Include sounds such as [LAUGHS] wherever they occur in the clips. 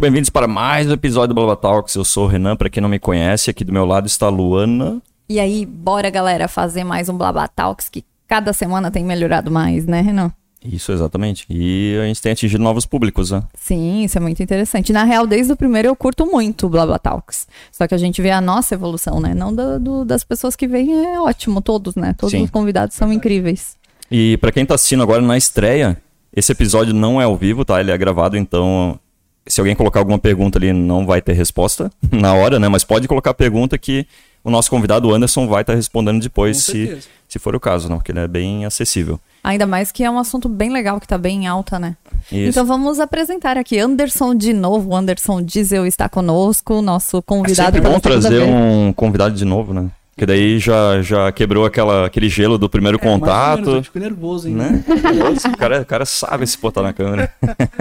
bem-vindos para mais um episódio do Blabla Talks. Eu sou o Renan, para quem não me conhece, aqui do meu lado está a Luana. E aí, bora, galera, fazer mais um Blabla Talks que cada semana tem melhorado mais, né, Renan? Isso, exatamente. E a gente tem atingido novos públicos, né? Sim, isso é muito interessante. Na real, desde o primeiro eu curto muito o Blabla Talks. Só que a gente vê a nossa evolução, né? Não da- do- das pessoas que vêm, é ótimo, todos, né? Todos Sim. os convidados são incríveis. E para quem tá assistindo agora na estreia, esse episódio não é ao vivo, tá? Ele é gravado, então se alguém colocar alguma pergunta ali, não vai ter resposta [LAUGHS] na hora, né? Mas pode colocar a pergunta que o nosso convidado Anderson vai estar respondendo depois, Com se, certeza. se for o caso, não, porque ele é bem acessível. Ainda mais que é um assunto bem legal que tá bem em alta, né? Isso. Então vamos apresentar aqui Anderson de novo. Anderson Diesel está conosco, nosso É convidado. sempre bom pela segunda trazer vez. um convidado de novo, né? Porque daí já, já quebrou aquela, aquele gelo do primeiro Mais ou menos, eu contato, fico nervoso, hein? né? Nossa, o, cara, o cara sabe se botar na [LAUGHS] câmera.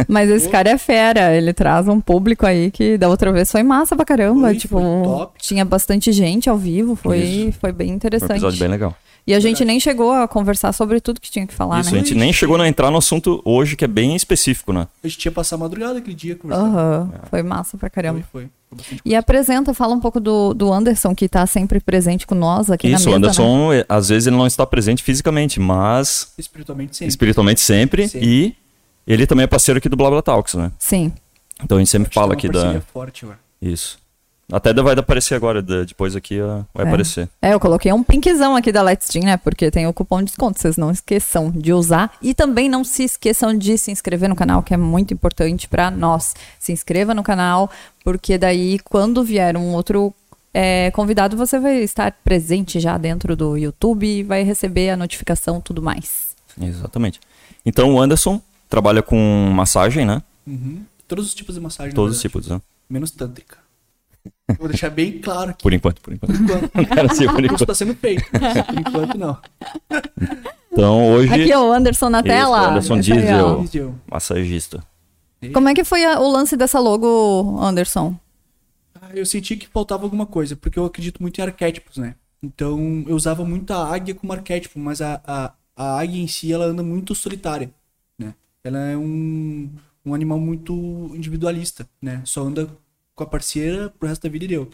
Mas esse cara é fera, ele traz um público aí que da outra vez foi massa pra caramba. Foi, tipo, foi top. tinha bastante gente ao vivo, foi, Isso. foi bem Foi um interessante. episódio bem legal. E a gente nem chegou a conversar sobre tudo que tinha que falar, Isso, né? a gente nem chegou a entrar no assunto hoje, que é bem específico, né? A gente ia passar a madrugada aquele dia conversando. Aham, É. foi massa pra caramba. Foi, foi. Foi bastante Ah, E apresenta, fala um pouco do, do Anderson, que tá sempre presente com nós aqui Isso, na o mesa. né? Anderson, eh, às vezes ele não está presente fisicamente, mas coisa, espiritualmente sempre. espiritualmente sempre. Sim. E ele também é parceiro aqui do Blá Blá Talks, né? Sim. Então a gente sempre A gente tem fala uma aqui parceria da. forte, mano. Isso. Até vai aparecer agora, da- depois aqui ó, vai É. aparecer. É, eu coloquei um pinkzão aqui da Let's Jean, né? Porque tem o cupom de desconto, vocês não esqueçam de usar. E também não se esqueçam de se inscrever no canal, que é muito importante pra nós. Se inscreva no canal, porque daí quando vier um outro é, convidado, você vai estar presente já dentro do YouTube e vai receber a notificação e tudo mais. Exatamente. Então o Anderson trabalha com massagem, né? Uhum. Todos os tipos de massagem. na Todos os verdade. tipos, né? Menos tântrica. Vou deixar bem claro aqui. Por enquanto, por [LAUGHS] enquanto. Por [LAUGHS] enquanto. Cara, sim, por Isso enquanto. está sendo feito. mas Por enquanto, não. Então hoje. Aqui, ó, o Anderson na Isso, tela. Anderson Essa é aí, ó. um Diesel. Diz eu. Massagista. Como é que foi a- o lance dessa logo, Anderson? Ah, Eu senti que faltava alguma coisa, porque eu acredito muito em arquétipos, né? Então, eu usava muito a águia como arquétipo, mas a, a, a águia em si, ela anda muito solitária, né? Ela é um, um animal muito individualista, né? Só anda com a parceira pro resto da vida e deu.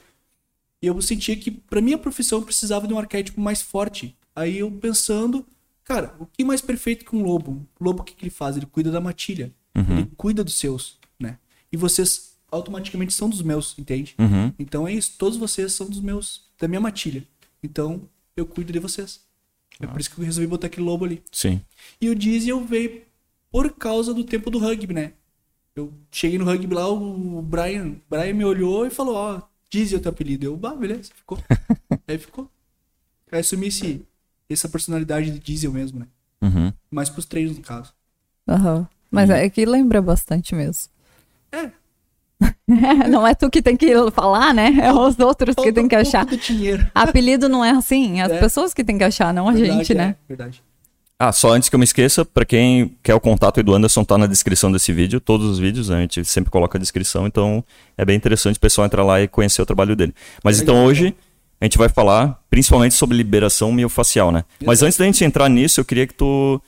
E eu sentia que, pra minha profissão, eu precisava de um arquétipo mais forte. Aí eu pensando, cara, o que mais perfeito que um lobo? O lobo, o que, que ele faz? Ele cuida da matilha. Ele cuida dos seus, né? E vocês automaticamente são dos meus, entende? Uhum. Então é isso. Todos vocês são dos meus, da minha matilha. Então eu cuido de vocês. É por isso que eu resolvi botar aquele lobo ali. Sim. E o Diesel veio por causa do tempo do rugby, né? Eu cheguei no rugby lá, o Brian, Brian me olhou e falou, ó, Diesel é teu apelido. Eu, bah, beleza, [LAUGHS] ficou. Aí ficou. Aí assumi esse, essa personalidade de Diesel mesmo, né? Uhum. Mais pros treinos, no caso. Aham. Mas Hum. é que lembra bastante mesmo. É. [LAUGHS] não é tu que tem que falar, né? É os outros que tem que Falta um [LAUGHS] achar. pouco de dinheiro. Apelido não é assim, as É. pessoas que tem que achar, não [LAUGHS] a gente, Verdade, né? é, verdade. Ah, só antes que eu me esqueça, pra quem quer o contato aí do Anderson, tá na descrição desse vídeo, todos os vídeos, né, a gente sempre coloca a descrição, então é bem interessante o pessoal entrar lá e conhecer o trabalho dele. Mas então hoje a gente vai falar principalmente sobre liberação miofacial, né? Mas antes da gente entrar nisso, eu queria que tu,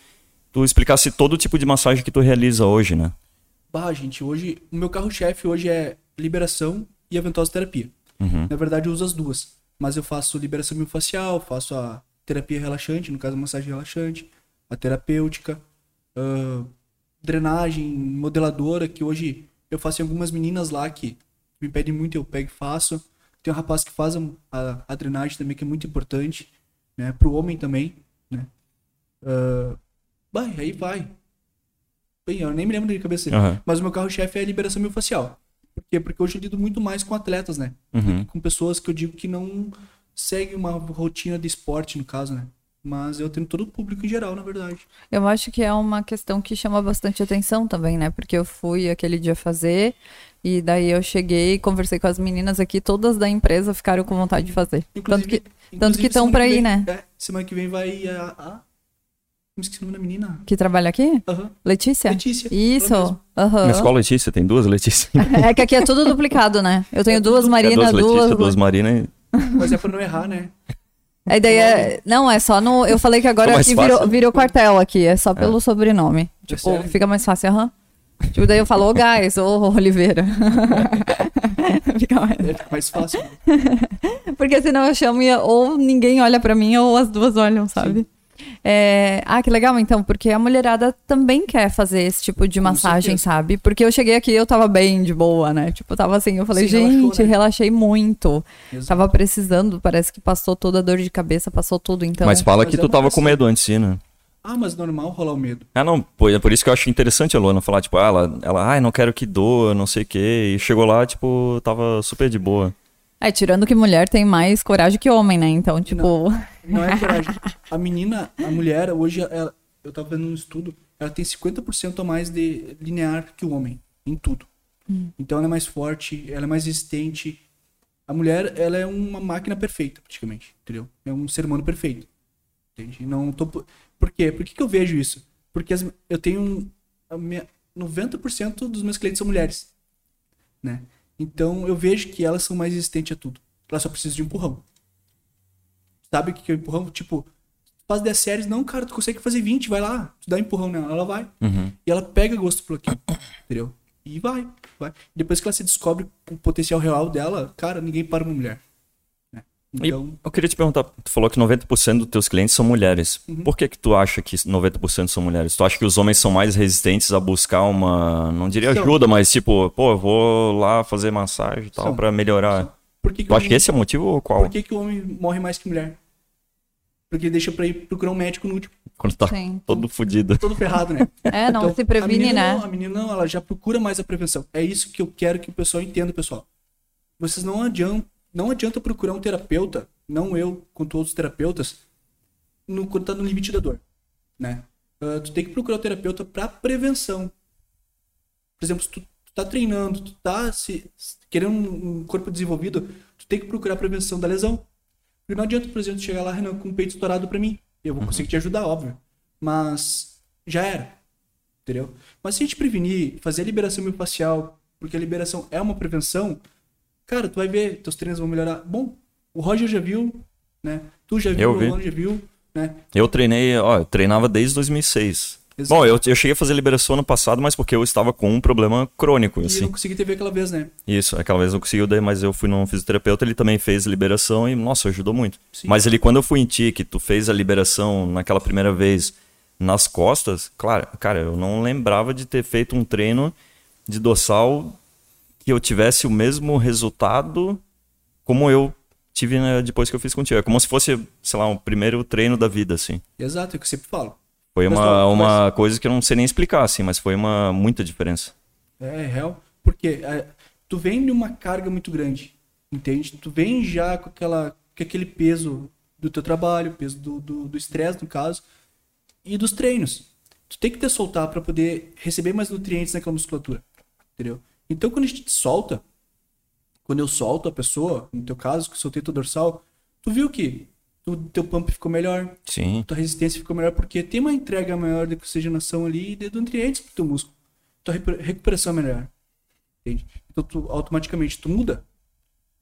tu explicasse todo tipo de massagem que tu realiza hoje, né? Bah, gente, hoje o meu carro-chefe hoje é liberação e a ventosa terapia. Na verdade, eu uso as duas. Mas eu faço liberação miofascial, faço a terapia relaxante, no caso, a massagem relaxante, a terapêutica, ah, drenagem, modeladora, que hoje eu faço em algumas meninas lá que me pedem muito, eu pego e faço. Tem um rapaz que faz a, a- a drenagem também, que é muito importante, né? Pro homem também, né? Ah, vai, aí vai. Bem, eu nem me lembro de cabeça. Aham. Mas o meu carro-chefe é a liberação miofascial. Por quê? Porque hoje eu lido muito mais com atletas, né? Uhum. Com pessoas que eu digo que não seguem uma rotina de esporte, no caso, né? Mas eu atendo todo o público em geral, na verdade. Eu acho que é uma questão que chama bastante atenção também, né? Porque eu fui aquele dia fazer e daí eu cheguei, conversei com as meninas aqui, todas da empresa ficaram com vontade de fazer. tanto que tanto que inclusive, estão semana por que aí, vem- né? É, semana que vem vai a. a... é Me esqueci o nome da menina. Que trabalha aqui? Aham. Letícia? Letícia. Tá. Isso. Ela mesma. Aham. Na escola é Letícia, tem duas [LAUGHS] Letícia? É que aqui é tudo duplicado, né? Eu tenho duas é, Marina, duas Letícia, duas, né? duas, Marina. Mas é pra não errar, né? A ideia é. Não, é só no. Eu falei que agora Fica mais aqui virou, fácil. né? É. virou quartel aqui, é só pelo sobrenome. É Tipo, sério? fica mais fácil, aham. Tipo, daí eu falo, ô gás, ô Oliveira. [LAUGHS] Fica mais... É, fica [LAUGHS] mais fácil. né? Porque senão eu chamo e ou ninguém olha pra mim ou as duas olham, sabe? É, Ah, que legal então, porque a mulherada também quer fazer esse tipo de massagem, certeza. sabe? Porque eu cheguei aqui e eu tava bem de boa, né? Tipo, eu tava assim, eu falei, Se gente, relaxou, né? relaxei muito. Exato. Tava precisando, parece que passou toda a dor de cabeça, passou tudo, então. Mas fala que Mas é tu uma tava com questão. medo antes, sim, né? Ah, mas normal rolar o medo. Ah, não, pô, é por isso que eu acho interessante a Luana falar, tipo, ah, ela, ela ai, não quero que doa, não sei o quê. E chegou lá, tipo, tava super de boa. É, tirando que mulher tem mais coragem que homem, né? Então, tipo. Não é coragem. A menina, a mulher, hoje, ela- eu tava vendo um estudo, ela tem 50% a mais de linear que o homem, em tudo. Então ela é mais forte, ela é mais resistente. A mulher, ela é uma máquina perfeita, praticamente, entendeu? É um ser humano perfeito. Entende? Não tô... po- Por quê? Por que, que eu vejo isso? Porque as- eu tenho... um- a minha- 90% dos meus clientes são mulheres, né? Então eu vejo que elas são mais resistentes a tudo. Elas só precisam de empurrão. Sabe o que que é o empurrão? Tipo, faz 10 séries, não, cara, tu consegue fazer 20, vai lá, tu dá empurrão nela, ela vai. Uhum. E ela pega gosto por aquilo, entendeu? E vai, vai. Depois que ela se descobre o potencial real dela, cara, ninguém para uma mulher. né? E Então, eu queria te perguntar, tu falou que 90% dos teus clientes são mulheres. Uhum. Por que que tu acha que 90% são mulheres? Tu acha que os homens são mais resistentes a buscar uma, não diria São. ajuda, mas tipo, pô, eu vou lá fazer massagem e tal São. pra melhorar. por que que Tu o acha que homem- esse é o motivo ou qual? por que, que o homem morre mais que mulher? Porque deixa pra ir procurar um médico no último, Quando tá Sim. todo fudido. todo ferrado, né? [LAUGHS] [LAUGHS] É, não Então, se previne, a menina né? Não, a menina não, ela já procura mais a prevenção. É isso que eu quero que o pessoal entenda, pessoal. Vocês não adianta, não adianta procurar um terapeuta, não eu, quanto outros terapeutas, no, quando tá no limite da dor, né? Ah, tu tem que procurar o terapeuta pra prevenção. Por exemplo, se tu, tu tá treinando, tu tá se, se- querendo um, um corpo desenvolvido, tu tem que procurar a prevenção da lesão. Porque não adianta, por exemplo, tu chegar lá, Renan, com o peito estourado pra mim. Eu Uhum. vou conseguir te ajudar, óbvio. Mas já era entendeu? Mas se a gente prevenir, fazer a liberação miofascial, porque a liberação é uma prevenção, cara, tu vai ver, teus treinos vão melhorar. Bom, o Roger já viu, né? Tu já viu, Eu o vi. Luan já viu, né? Eu treinei, ó, eu treinava desde 2006. Exato. Bom, eu, eu cheguei a fazer liberação ano passado, mas porque eu estava com um problema crônico, E eu assim. não consegui ter ver aquela vez, né? Isso, aquela vez não conseguiu, daí, mas eu fui num fisioterapeuta, ele também fez liberação e, nossa, ajudou muito. Sim. Mas ele, quando eu fui em ti, que tu fez a liberação naquela primeira vez nas costas, claro, cara, eu não lembrava de ter feito um treino de dorsal que eu tivesse o mesmo resultado como eu tive né, depois que eu fiz contigo. É como se fosse, sei lá, um primeiro treino da vida, assim. Exato, é o que eu sempre falo. Foi Mas uma, não, uma coisa que eu não sei nem explicar, assim, mas foi uma muita diferença. É, é real. Porque é, tu vem de uma carga muito grande, entende? Tu vem já com, aquela, com aquele peso do teu trabalho, peso do do- do estresse, no caso, e dos treinos. Tu tem que te soltar para poder receber mais nutrientes naquela musculatura, entendeu? Então, quando a gente te solta, quando eu solto a pessoa, no teu caso, que eu soltei teu dorsal, tu viu que o teu pump ficou melhor, Sim. tua resistência ficou melhor porque tem uma entrega maior de oxigenação ali e de de nutrientes pro teu músculo. Tua recu- recuperação é melhor. Entende? Então tu automaticamente tu muda.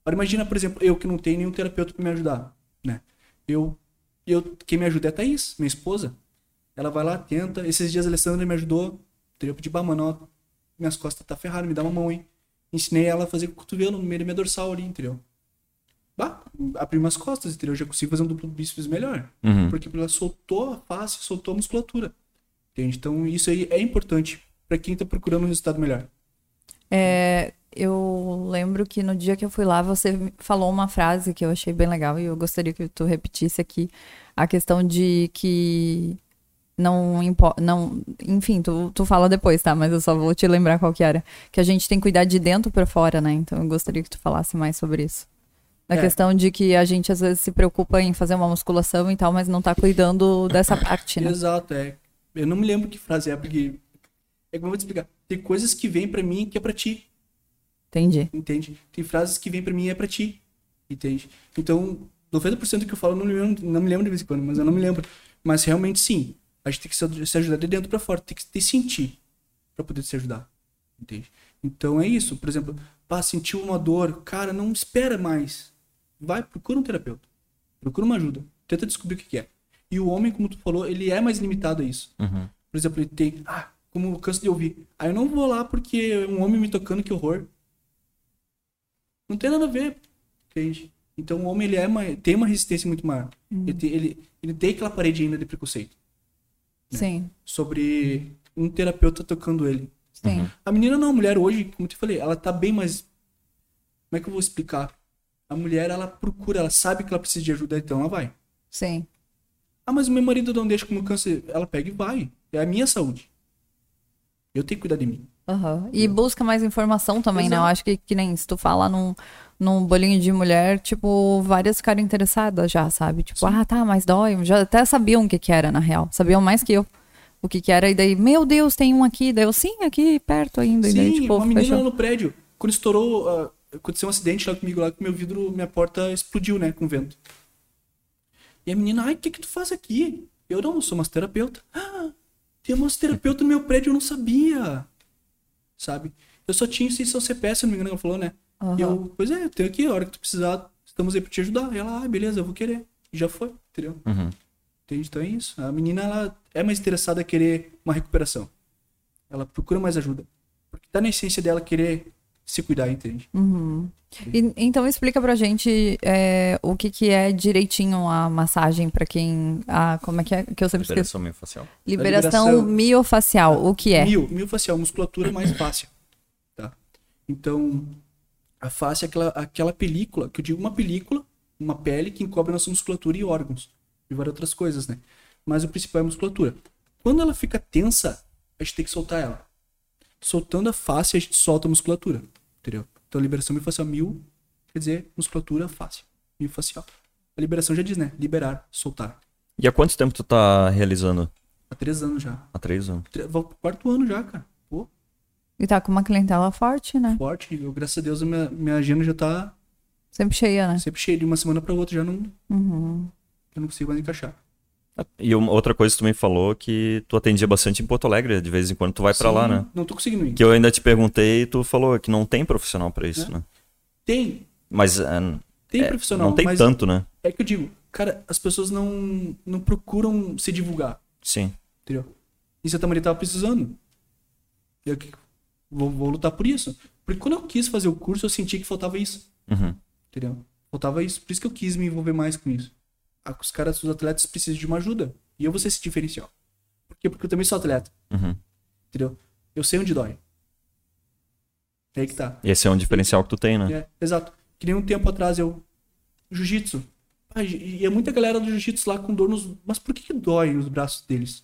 Agora imagina, por exemplo, eu que não tenho nenhum terapeuta pra me ajudar, né? Eu eu quem me ajuda é a Thaís, minha esposa. Ela vai lá, tenta. Esses dias a Alessandra me ajudou. Entendeu? Eu pedi, bah, mano, ó, minhas costas tá ferradas, me dá uma mão, hein? Ensinei ela a fazer com o cotovelo no meio da minha dorsal ali, entendeu? Bah, abri minhas costas, entendeu? Eu já consigo fazer um duplo bíceps melhor. Uhum. Porque ela soltou a face, soltou a musculatura. Entende? Então isso aí é importante pra quem tá procurando um resultado melhor. É, eu lembro que no dia que eu fui lá, você me falou uma frase que eu achei bem legal e eu gostaria que tu repetisse aqui a questão de que não importa, não, enfim, tu, tu fala depois, tá? Mas eu só vou te lembrar qual que era, que a gente tem que cuidar de dentro pra fora, né? Então eu gostaria que tu falasse mais sobre isso. Da É. questão de que a gente às vezes se preocupa em fazer uma musculação e tal, mas não tá cuidando [COUGHS] dessa parte, né? Exato, é. Eu não me lembro que frase é, porque. É como eu vou te explicar. Tem coisas que vêm pra mim que é pra ti. Entendi. Entende? Tem frases que vêm pra mim e é pra ti. Entende? Então, 90% do que eu falo eu não me lembro, não me lembro de vez em quando, mas eu não me lembro. Mas realmente sim. A gente tem que se se ajudar de dentro pra fora, tem que te sentir pra poder se ajudar. Entende? Então é isso. Por exemplo, pá, sentiu uma dor, cara, não espera mais. Vai, procura um terapeuta. Procura uma ajuda. Tenta descobrir o que que é. E o homem, como tu falou, ele é mais limitado a isso. Por exemplo, ele tem, ah, como eu canso de ouvir. Aí eu não vou lá porque é um homem me tocando, que horror. Não tem nada a ver, entende? Então o homem ele é uma- tem uma resistência muito maior. Ele, tem, ele, ele tem aquela parede ainda de preconceito Sim, sobre um terapeuta tocando ele. sim. A menina não, a mulher hoje, como eu te falei, ela tá bem mais. Como é que eu vou explicar? A mulher, ela procura, ela sabe que ela precisa de ajuda, então ela vai. Sim. Ah, mas o meu marido não deixa como câncer. Ela pega e vai. É a minha saúde. Eu tenho que cuidar de mim. Aham. E busca mais informação também, né? Eu Exato. acho que, que nem se tu fala num, num bolinho de mulher, tipo, várias ficaram interessadas já, sabe? Tipo, ah, tá, mas dói. Já até sabiam o que que era, na real. Sabiam mais que eu o que que era. E daí, meu Deus, tem um aqui. Daí eu, sim, aqui perto ainda. e daí, Sim, tipo, uma menina fechou. lá no prédio. Quando estourou, ah, aconteceu um acidente lá comigo, lá que meu vidro, minha porta explodiu, né, com o vento. E a menina, ai, o que que tu faz aqui? Eu não, eu sou massoterapeuta. Ah, tem massoterapeuta no meu prédio, eu não sabia. Sabe? Eu só tinha extensão CPS, se não me engano, ela falou, né? Aham. E eu, pois é, eu tenho aqui, a hora que tu precisar, estamos aí pra te ajudar. E ela, ah, beleza, eu vou querer. E já foi, entendeu? Uhum. Entende? Então é isso. A menina, ela é mais interessada a querer uma recuperação. Ela procura mais ajuda. Porque tá na essência dela querer se cuidar, entende? E- então explica pra gente é, o que que é direitinho a massagem pra quem... A, como é que é? Que eu sempre esqueço. Liberação meio facial. Liberação, Liberação. miofacial. O que é? Mil, mil facial, musculatura mais fácil. Tá? Então, a face é aquela, aquela película, que eu digo uma película, uma pele que encobre nossa musculatura e órgãos. E várias outras coisas, né? Mas o principal é a musculatura. Quando ela fica tensa, a gente tem que soltar ela. Soltando a face, a gente solta a musculatura. Entendeu? Então, liberação miofascial mil, quer dizer, musculatura face. Miofacial. A liberação já diz, né? Liberar, soltar. E há quanto tempo tu tá realizando? Há três anos já. Há três anos. Tre- vou pro Quarto ano já, cara. Pô. E tá com uma clientela forte, né? forte. Eu, graças a Deus, a minha, minha agenda já tá Sempre cheia, né? sempre cheia. De uma semana pra outra já não, Uhum. eu não consigo mais encaixar. Ah, E uma outra coisa que tu me falou que tu atendia bastante em Porto Alegre, de vez em quando tu vai pra lá, né? Não tô conseguindo ir. Que eu ainda te perguntei e tu falou que não tem profissional pra isso, né? Tem, Mas é, n- tem é, É. profissional, não tem mas tanto, né? é que eu digo, cara, as pessoas não, não procuram se divulgar, Sim. entendeu? E Santa Maria tava precisando. Eu que vou, vou lutar por isso. Porque quando eu quis fazer o curso, eu senti que faltava isso. Uhum. Entendeu? Faltava isso. Por isso que eu quis me envolver mais com isso. Ah, Os caras, os atletas precisam de uma ajuda. E eu vou ser esse diferencial. Por quê? Porque eu também sou atleta. Uhum. Entendeu? Eu sei onde dói. É aí que tá. E esse é um diferencial que tu tem, né? É, exato. Que nem um tempo atrás eu. Jiu-jitsu. Ah, ji- e é muita galera do jiu-jitsu lá com dor nos. Mas por que, que dói os braços deles?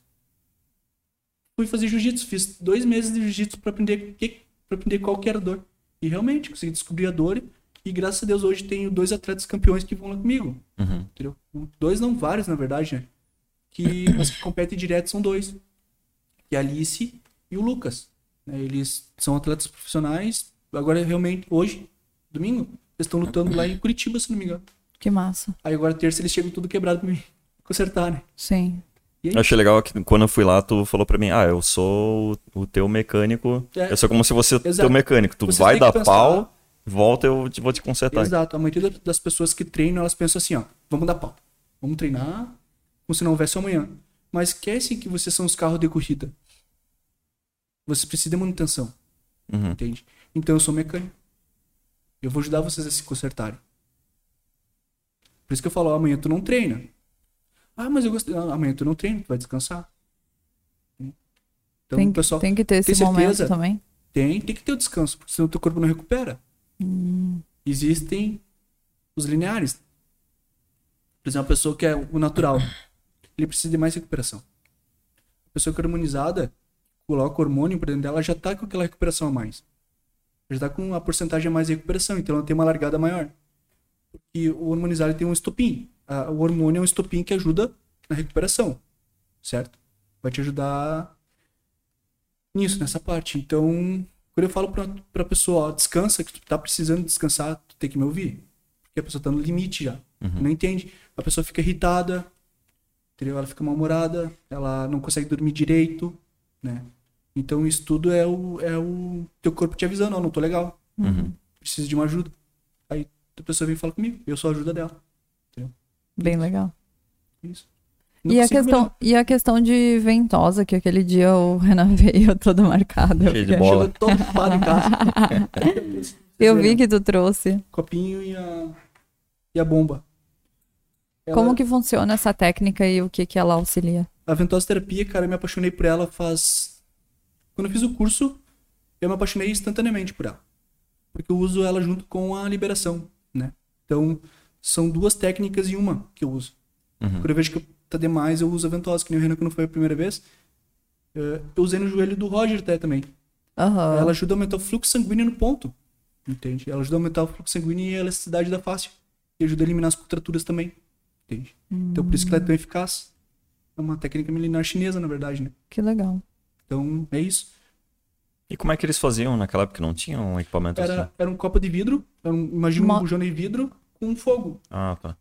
Fui fazer jiu-jitsu, fiz dois meses de jiu-jitsu pra aprender, que, pra aprender qual que era a dor. E realmente, consegui descobrir a dor. E graças a Deus hoje tenho dois atletas campeões que vão lá comigo. Uhum. Entendeu? Um- Dois não, vários, na verdade, né? Que os que competem direto são dois. Que é a Alice e o Lucas. né? Eles são atletas profissionais. Agora, realmente, hoje, domingo, eles estão lutando lá em Curitiba, se não me engano. Que massa. Aí agora, terça, eles chegam tudo quebrado pra me [LAUGHS] consertar, né? Sim. Eu achei legal que quando eu fui lá, tu falou pra mim, ah, eu sou o o teu mecânico. É. Eu sou como se fosse o Exato. teu mecânico. Tu Vocês vai têm que dar pensar- pau, volta eu te- vou te consertar. Exato. A maioria da- das pessoas que treinam, elas pensam assim, ó, vamos dar pau. Vamos treinar, como se não houvesse amanhã. Mas esquecem que vocês são os carros de corrida. Vocês precisam de manutenção. Uhum. Entende? Então eu sou mecânico. Eu vou ajudar vocês a se consertarem. Por isso que eu falo, ó, amanhã tu não treina. Ah, mas eu gostei. Ah, Amanhã tu não treina, tu vai descansar. Então, tem, que- pessoal, tem que ter esse tem certeza? momento também. tem, tem que ter o descanso, porque senão teu corpo não recupera. Existem os lineares. Por exemplo, a pessoa que é o natural, ele precisa de mais recuperação. A pessoa que é harmonizada, coloca o hormônio pra dentro dela, já tá com aquela recuperação a mais. Já tá com a porcentagem a mais de recuperação, então ela tem uma largada maior. E o hormonizado ele tem um estopim. Ah, O hormônio é um estopim que ajuda na recuperação, certo? Vai te ajudar nisso, nessa parte. Então, quando eu falo pra, pra pessoa, ó, descansa, que tu tá precisando descansar, tu tem que me ouvir. Porque a pessoa tá no limite já. Não entende. A pessoa fica irritada, entendeu? Ela fica mal-humorada, ela não consegue dormir direito, né? Então, isso tudo é o, é o teu corpo te avisando, ó, não tô legal. Preciso de uma ajuda. Aí a pessoa vem e fala comigo, eu sou a ajuda dela. Bem legal. Isso. Não e, a consigo questão, melhorar. e a questão de ventosa, que aquele dia o Renan [LAUGHS] veio todo marcado. eu Cheio de fiquei- bola. Chegou todo ocupado em casa. [LAUGHS] Eu vi que tu trouxe. Copinho e a, e a bomba. Ela- Como que funciona essa técnica e o que, que ela auxilia? A ventosa terapia, cara, eu me apaixonei por ela faz. Quando eu fiz o curso, eu me apaixonei instantaneamente por ela. Porque eu uso ela junto com a liberação, né? Então, são duas técnicas em uma que eu uso. Quando eu vejo que tá demais, eu uso a ventosa, que nem o Renan quando foi a primeira vez. Eh, Eu usei no joelho do Roger até também. Aham. Ela ajuda a aumentar o fluxo sanguíneo no ponto. Entende? Ela ajuda a aumentar o fluxo sanguíneo e a elasticidade da face. E ajuda a eliminar as contraturas também. Entende? Então, por isso que ela é Hum. tão eficaz. É uma técnica milenar chinesa, na verdade, né? Que legal. Então, é isso. E como é que eles faziam naquela época? Não tinha um equipamento assim? Era, era um copo de vidro. Era um, imagina Uma- um bujão de vidro com um fogo. Ah, tá.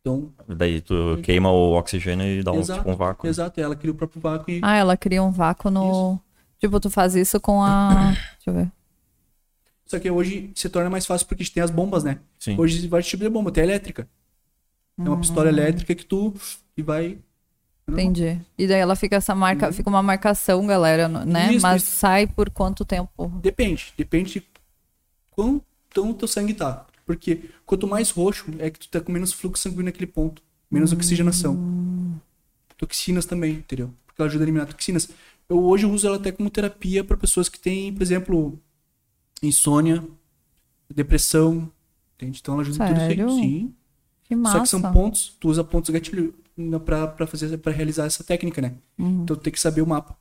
Então, Daí tu queima o oxigênio e dá um, exato. tipo um vácuo. né? Exato. Ela cria o próprio vácuo e... Ah, ela cria um vácuo no. Tipo, tu faz isso com [COUGHS] a. Deixa eu ver. Só que hoje se torna mais fácil porque a gente tem as bombas, né? Sim. Hoje existe vários tipos de bomba. Tem a elétrica. É Ah. uma pistola elétrica que tu... E vai... Entendi. E daí ela fica essa marca, fica uma marcação, galera, no- né? Uhum. Isso, Mas isso. sai por quanto tempo? Depende, depende de quão tão o teu sangue tá. Porque quanto mais roxo, é que tu tá com menos fluxo sanguíneo naquele ponto. Menos oxigenação. Toxinas também, entendeu? Porque ela ajuda a eliminar toxinas. Eu hoje uso ela até como terapia para pessoas que têm, por exemplo, insônia, depressão. Entende? Então ela ajuda em tudo Sério? isso aí. Sim. Que massa. Só que são pontos, tu usa pontos gatilho na- pra, pra fazer para realizar essa técnica, né? Uhum. Então tu tem que saber o mapa.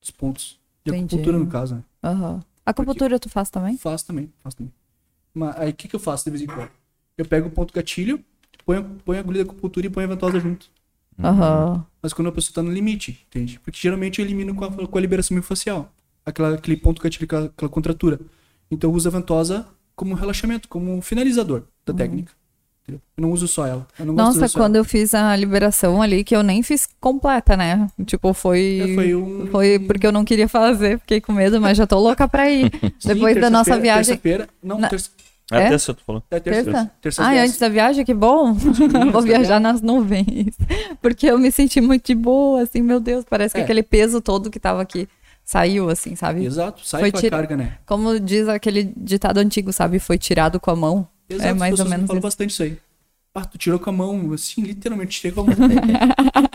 Dos pontos. De Entendi. acupuntura, no caso, né? Aham. Acupuntura tu faz também? Faço também, faço também. Mas aí o que, que eu faço de vez em quando? Eu pego o ponto gatilho, ponho, ponho a agulha da acupuntura e ponho a ventosa junto. Uhum. Aham. Mas quando a pessoa tá no limite, entende? Porque geralmente eu elimino com a, com a liberação miofascial. Aquela, aquele ponto gatilho, aquela, aquela contratura. Então eu uso a ventosa como um relaxamento, como um finalizador da técnica. Entendeu? Eu não uso só ela. Eu não gosto de Uhum. Nossa, usar só ela. quando eu fiz a liberação ali, que eu nem fiz completa, né? Tipo, foi. É, foi um- foi porque eu não queria fazer, fiquei com medo, mas já tô louca pra ir. Depois [LAUGHS] Sim, da nossa terça-feira- viagem. Terça-feira. Não, Na- terça. É É? até essa tu falou. É Terça? terça. Terça Ah, antes da viagem, que bom. [LAUGHS] Vou viajar nas nuvens. [LAUGHS] Porque eu me senti muito de boa, assim, meu Deus, parece que É. aquele peso todo que tava aqui saiu, assim, sabe? Exato, sai Foi aquela tira- carga, né? Como diz aquele ditado antigo, sabe? Foi tirado com a mão. Exato, é as mais ou pessoas me menos falam isso. bastante isso aí. Ah, tu tirou com a mão, assim, literalmente tirei com a mão. né? [LAUGHS]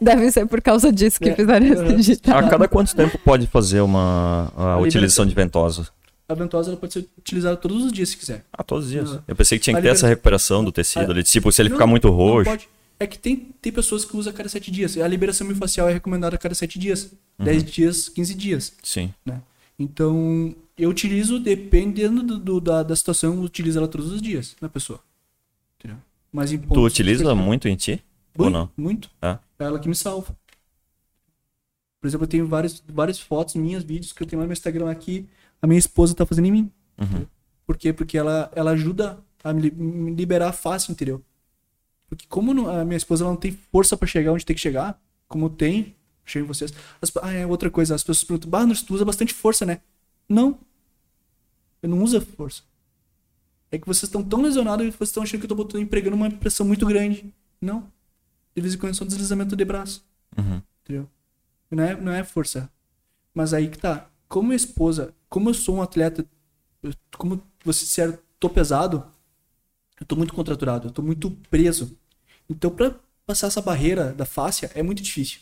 Deve ser por causa disso que É. fizeram esse Aham. ditado. A cada [LAUGHS] quanto tempo pode fazer uma a utilização de ventosa? A ventosa ela pode ser utilizada todos os dias se quiser. Ah, todos os dias. Não. Eu pensei que tinha que A ter essa liberação- recuperação do tecido A- ali. Tipo, se ele Ah, Não, ficar muito não roxo. pode. É que tem, tem pessoas que usam a cada 7 dias. A liberação miofascial é recomendada a cada 7 dias. Uhum. 10 dias, 15 dias. Sim. Né? Então, eu utilizo, dependendo do, do- da, da situação, eu utilizo ela todos os dias na pessoa. Entendeu? Mas em Tu pontos utiliza específicos- muito em ti? Ou Muito, não? Muito. É. É ela que me salva. Por exemplo, eu tenho várias, várias fotos minhas, vídeos que eu tenho lá no meu Instagram aqui. A minha esposa tá fazendo em mim. Uhum. Por quê? Porque ela, ela ajuda a me, li- me liberar fácil, entendeu? Porque como não- a minha esposa ela não tem força pra chegar onde tem que chegar, como tem, chego em vocês. As- ah, é outra coisa, as pessoas perguntam, bah, Anderson, tu usa bastante força, né? Não. Eu não uso força. É que vocês estão tão lesionados e vocês estão achando que eu tô botando, empregando uma pressão muito grande. Não. De vez em quando é só um deslizamento de braço. Entendeu? Não é, não é força. Mas aí que tá. Como minha esposa, como eu sou um atleta, eu- como vocês disseram, tô pesado, eu tô muito contraturado, eu tô muito preso. Então, pra passar essa barreira da fáscia, é muito difícil.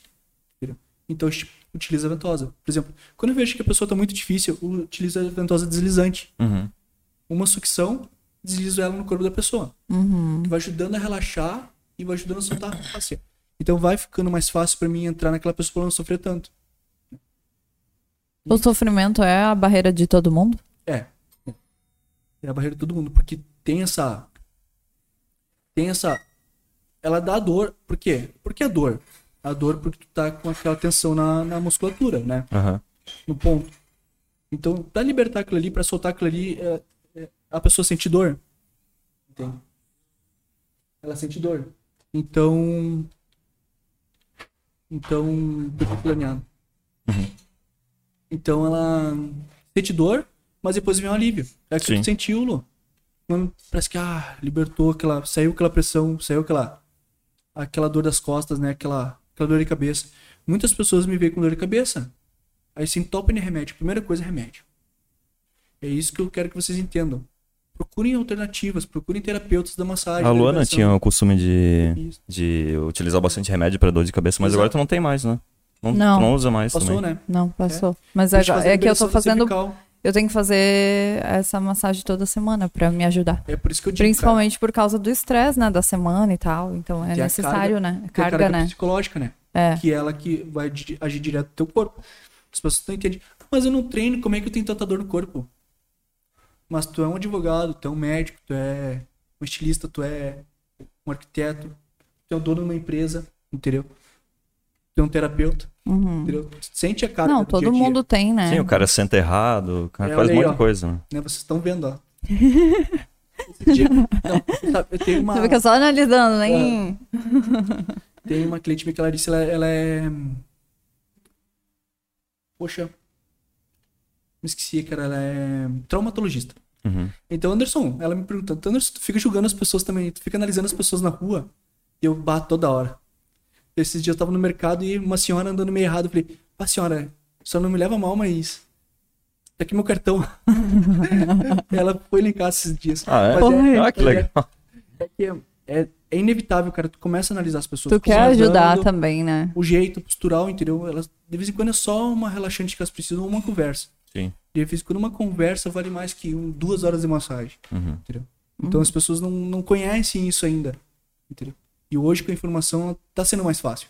Entendeu? Então, eu esti- utilizo a ventosa. Por exemplo, quando eu vejo que a pessoa tá muito difícil, eu utilizo a ventosa deslizante. Uhum. Uma sucção, deslizo ela no corpo da pessoa que vai ajudando a relaxar e vai ajudando a soltar a fáscia. Então vai ficando mais fácil pra mim entrar naquela pessoa pra ela não sofrer tanto. O sofrimento é a barreira de todo mundo? É. É a barreira de todo mundo, porque tem essa. Tem essa. Ela dá dor. Por quê? Por que a dor? A dor porque tu tá com aquela tensão na, na musculatura, né? Aham. No ponto. Então, pra libertar aquilo ali, pra soltar aquilo ali, é- é- a pessoa sente dor. Entende? Ela sente dor. Então. Então. eu tô planeado. Então ela sente dor, mas depois vem um alívio. É aquilo que Sim. tu sentiu, Lu. Quando parece que ah, libertou aquela. Saiu aquela pressão, saiu aquela. aquela dor das costas, né? Aquela, aquela dor de cabeça. Muitas pessoas me veem com dor de cabeça. Aí se entopem de remédio. Primeira coisa é remédio. É isso que eu quero que vocês entendam. Procurem alternativas, procurem terapeutas da massagem. A Luana liberação. tinha o costume de, Isso. de utilizar bastante remédio para dor de cabeça, mas Exato. agora tu não tem mais, né? Não, Não. tu não usa mais Passou, também. né? Não, passou. Mas Deixa eu agora, fazer a é que eu tô liberação da fazendo. cervical. Eu tenho que fazer essa massagem toda semana pra me ajudar. É por isso que eu digo, cara, Principalmente por causa do estresse, né? Da semana e tal. Então é Tem a necessário, carga- né? É tem a Carga, né? psicológica, né? É. Que é ela que vai di- agir direto no teu corpo. As pessoas não entendem. Mas eu não treino, como é que eu tenho tanta dor no corpo? Mas tu é um advogado, tu é um médico, tu é um estilista, tu é um arquiteto, tu é o dono de uma empresa, entendeu? Tu é um terapeuta, entendeu? Tu Sente a carga Uhum. Não, do dia a todo dia, mundo tem, né? Sim, o cara senta errado, o cara É, faz um olha aí, monte de ó. coisa. né? né? Vocês estão vendo, [LAUGHS] ó. Esse dia- não, sabe, eu tenho uma... Você fica só analisando, É. nem. Tem uma cliente minha que ela disse, ela, ela é. Poxa. Me esqueci, cara, ela é traumatologista. Uhum. Então, Anderson, ela me perguntando, "Então, Anderson, tu fica julgando as pessoas também, tu fica analisando as pessoas na rua, e eu bato toda hora. Esses dias eu tava no mercado e uma senhora andando meio errado, eu falei, pá, senhora, a senhora não me leva mal, mas. Tá aqui meu cartão. [LAUGHS] ela foi linkar esses dias. Ah, é? Mas Porra, Ah, que mas é- legal. é que é- é inevitável, cara, tu começa a analisar as pessoas. Tu tu quer vai ajudar andando, também, né? o jeito postural, entendeu? Elas, de vez em quando é só uma relaxante que elas precisam, ou uma conversa. Sim. De vez em quando uma conversa vale mais que um, duas horas de massagem, Uhum. entendeu? Então as pessoas não, não conhecem isso ainda, entendeu? E hoje com a informação tá sendo mais fácil.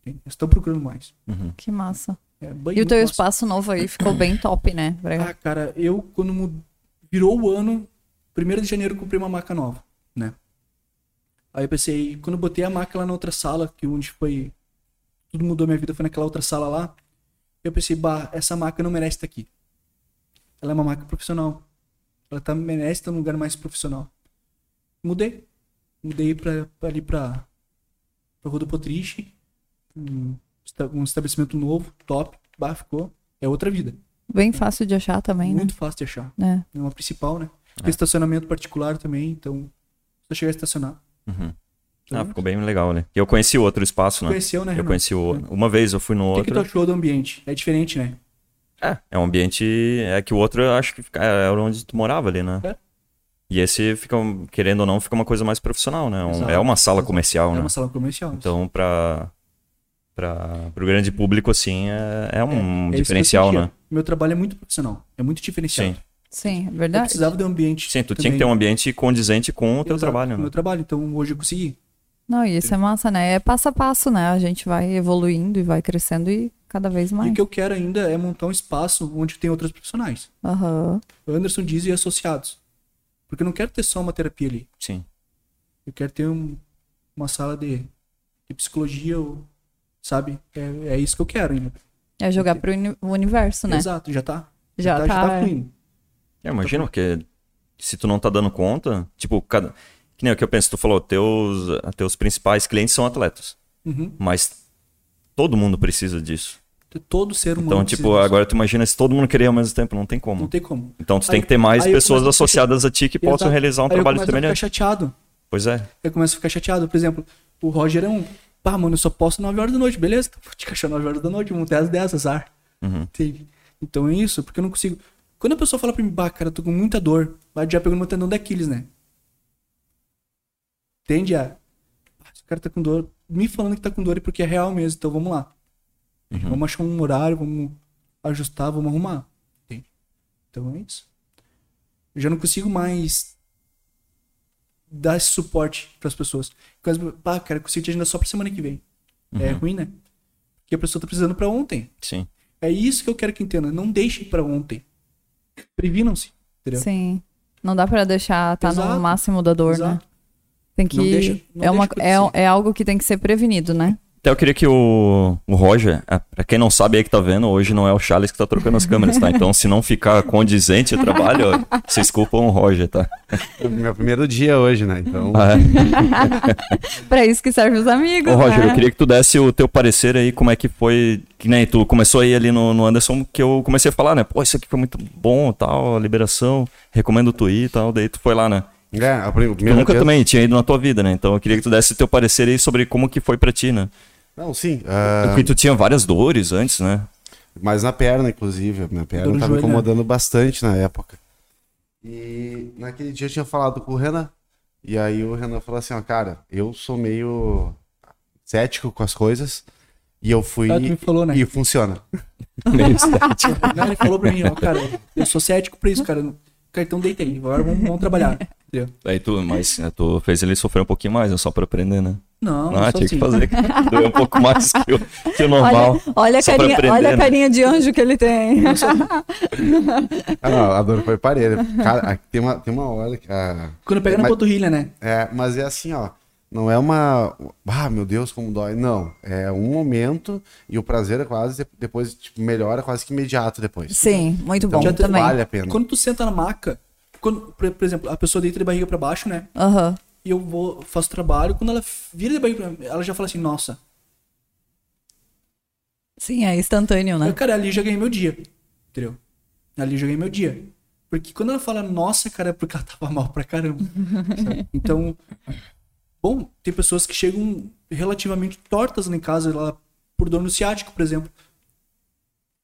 entende? Eles estão procurando mais. Que massa. É, bem- E o teu muito fácil. espaço novo aí ficou bem top, né? Pra- Ah, cara, eu quando mu- virou o ano, 1 de janeiro eu comprei uma maca nova, né? Aí eu pensei, quando eu botei a maca lá na outra sala, que onde foi tudo mudou minha vida foi naquela outra sala lá, eu pensei, bah, essa maca não merece estar aqui. Ela é uma maca profissional. Ela tá merece estar num lugar mais profissional. Mudei. Mudei para ali para para Rua do Potriche, um, esta- um estabelecimento novo, top, bah, ficou. É outra vida. Bem fácil de achar também, né? Muito fácil de achar. É. É uma principal, né? Tem estacionamento particular também, então só chegar a estacionar. Uhum. Então, Ah, ficou bem legal, né? E eu conheci o outro espaço, né? Conheceu, né, Eu Renan? conheci o... Uma vez eu fui no O que, que tu outro. achou do ambiente? É diferente, né? É, é um ambiente. É que o outro eu acho que fica- é, era onde tu morava ali, né? É. E esse fica, um- querendo ou não, fica uma coisa mais profissional, né? Um- Exato. é uma sala comercial, É né? uma sala comercial. Então, pra, pra, pro grande público, assim, é, é um É isso que eu diferencial, sentia. né? Meu trabalho é muito profissional, é muito diferenciado. Sim. Sim, é Eu verdade. precisava de um ambiente. Sim, tu tinha que ter um ambiente condizente com o teu trabalho, Meu né? trabalho, então hoje eu consegui. Não, e isso é massa, né? É passo a passo, né? A gente vai evoluindo e vai crescendo e cada vez E mais. o que eu quero ainda é montar um espaço onde tem outros profissionais. Aham. Anderson Dias e associados. Porque eu não quero ter só uma terapia ali. Sim. Eu quero ter um- uma sala de, de psicologia, ou, sabe? É, é isso que eu quero ainda. É jogar pro uni- o universo, né? Exato, já tá. Já Já tá, é. tá fluindo. É, imagina, porque se tu não tá dando conta, tipo, cada. Que nem o que eu penso, tu falou, teus, teus principais clientes são atletas. Uhum. Mas todo mundo precisa disso. Todo ser humano. Então, precisa tipo, disso. agora tu imagina se todo mundo queria ao mesmo tempo, não tem Não como. tem como. Então tu Aí- tem que ter mais aí eu pessoas começo a ficar- associadas a ti que possam Exato. realizar um Aí trabalho eu começo a semelhante. ficar chateado. Pois é. Eu começo a ficar chateado. Por exemplo, o Roger é um. Pá, mano, eu só posso 9 horas da noite, beleza? Vou te encaixar 9 horas da noite, um vamos ter as 10, azar. Entende? Então é isso, porque eu não consigo. Quando a pessoa fala pra mim, bah, cara, eu tô com muita dor, vai já pegou no meu tendão daqueles, né? Entende? Ah, esse cara tá com dor. Me falando que tá com dor é porque é real mesmo, então vamos lá. Vamos achar um horário, vamos ajustar, vamos arrumar. Entende? Então é isso. Eu já não consigo mais dar esse suporte pras pessoas. Porque as- Pá, cara, eu consigo te agendar só pra semana que vem. É Uhum. ruim, né? Porque a pessoa tá precisando pra ontem. Sim. É isso que eu quero que entenda. Não deixem pra ontem. Previnam-se. Entendeu? Sim. Não dá pra deixar tá Exato. no máximo da dor, né? Exato. Tem que Não deixa- não é uma deixa acontecer. é, é algo que tem que ser prevenido, [LAUGHS] né? Até eu queria que o, o Roger, ah, pra quem não sabe aí que tá vendo, hoje não é o Charles que tá trocando as câmeras, tá? Então, se não ficar condizente o trabalho, [LAUGHS] ó, vocês culpam o Roger, tá? Meu primeiro dia hoje, né? Então, Ah. Pra isso que servem os amigos, Ô, Roger, né? eu queria que tu desse o teu parecer aí, como é que foi. Que nem tu começou aí ali no, no Anderson, que eu comecei a falar, né? Pô, isso aqui foi muito bom, tal, a liberação, recomendo tu ir e tal. Daí tu foi lá, né? É, a pri- o Tu primeiro nunca dia- também tinha ido na tua vida, né? Então eu queria que tu desse teu parecer aí sobre como que foi pra ti, né? Não, sim. ah, Porque tu tinha várias dores antes, né? Mas na perna, inclusive. a Minha perna Dor no tava joelho, né? incomodando bastante na época. E naquele dia eu tinha falado com o Renan. E aí o Renan falou assim, ó, cara, eu sou meio cético com as coisas. E eu fui. Ah, tu me falou, [LAUGHS] né? E funciona. Não, ele falou pra mim, ó, cara, eu sou cético pra isso, cara. Cara, então deita aí, agora vamos, vamos trabalhar. Entendeu? Aí tu, mas né, tu fez ele sofrer um pouquinho mais, né? Só pra aprender, né? Não, Ah, não sou tinha que assim. fazer. Doeu um pouco mais que o, que o normal. Olha, olha, a Só pra carinha, aprender, olha a né? carinha de anjo que ele tem. Ah, não, a dor foi parelha. Cara, aqui tem uma, tem uma hora que. ah, Quando pega na Mas- panturrilha, né? É, mas é assim, ó. Não é uma. Ah, meu Deus, como dói. Não. É um momento e o prazer é quase. Depois, tipo, melhora quase que imediato depois. Sim, muito bom Então, também. vale a pena. Quando tu senta na maca, quando, por, por exemplo, a pessoa deita de barriga pra baixo, né? Aham. E eu vou, faço trabalho, quando ela vira de barriga pra ela já fala assim, nossa, Sim, é instantâneo, eu, né? cara, ali já ganhei meu dia. Entendeu? Ali já ganhei meu dia. Porque quando ela fala, nossa, cara, é porque ela tava mal pra caramba. sabe? então, bom, tem pessoas que chegam relativamente tortas lá em casa, lá por dor no ciático, por exemplo.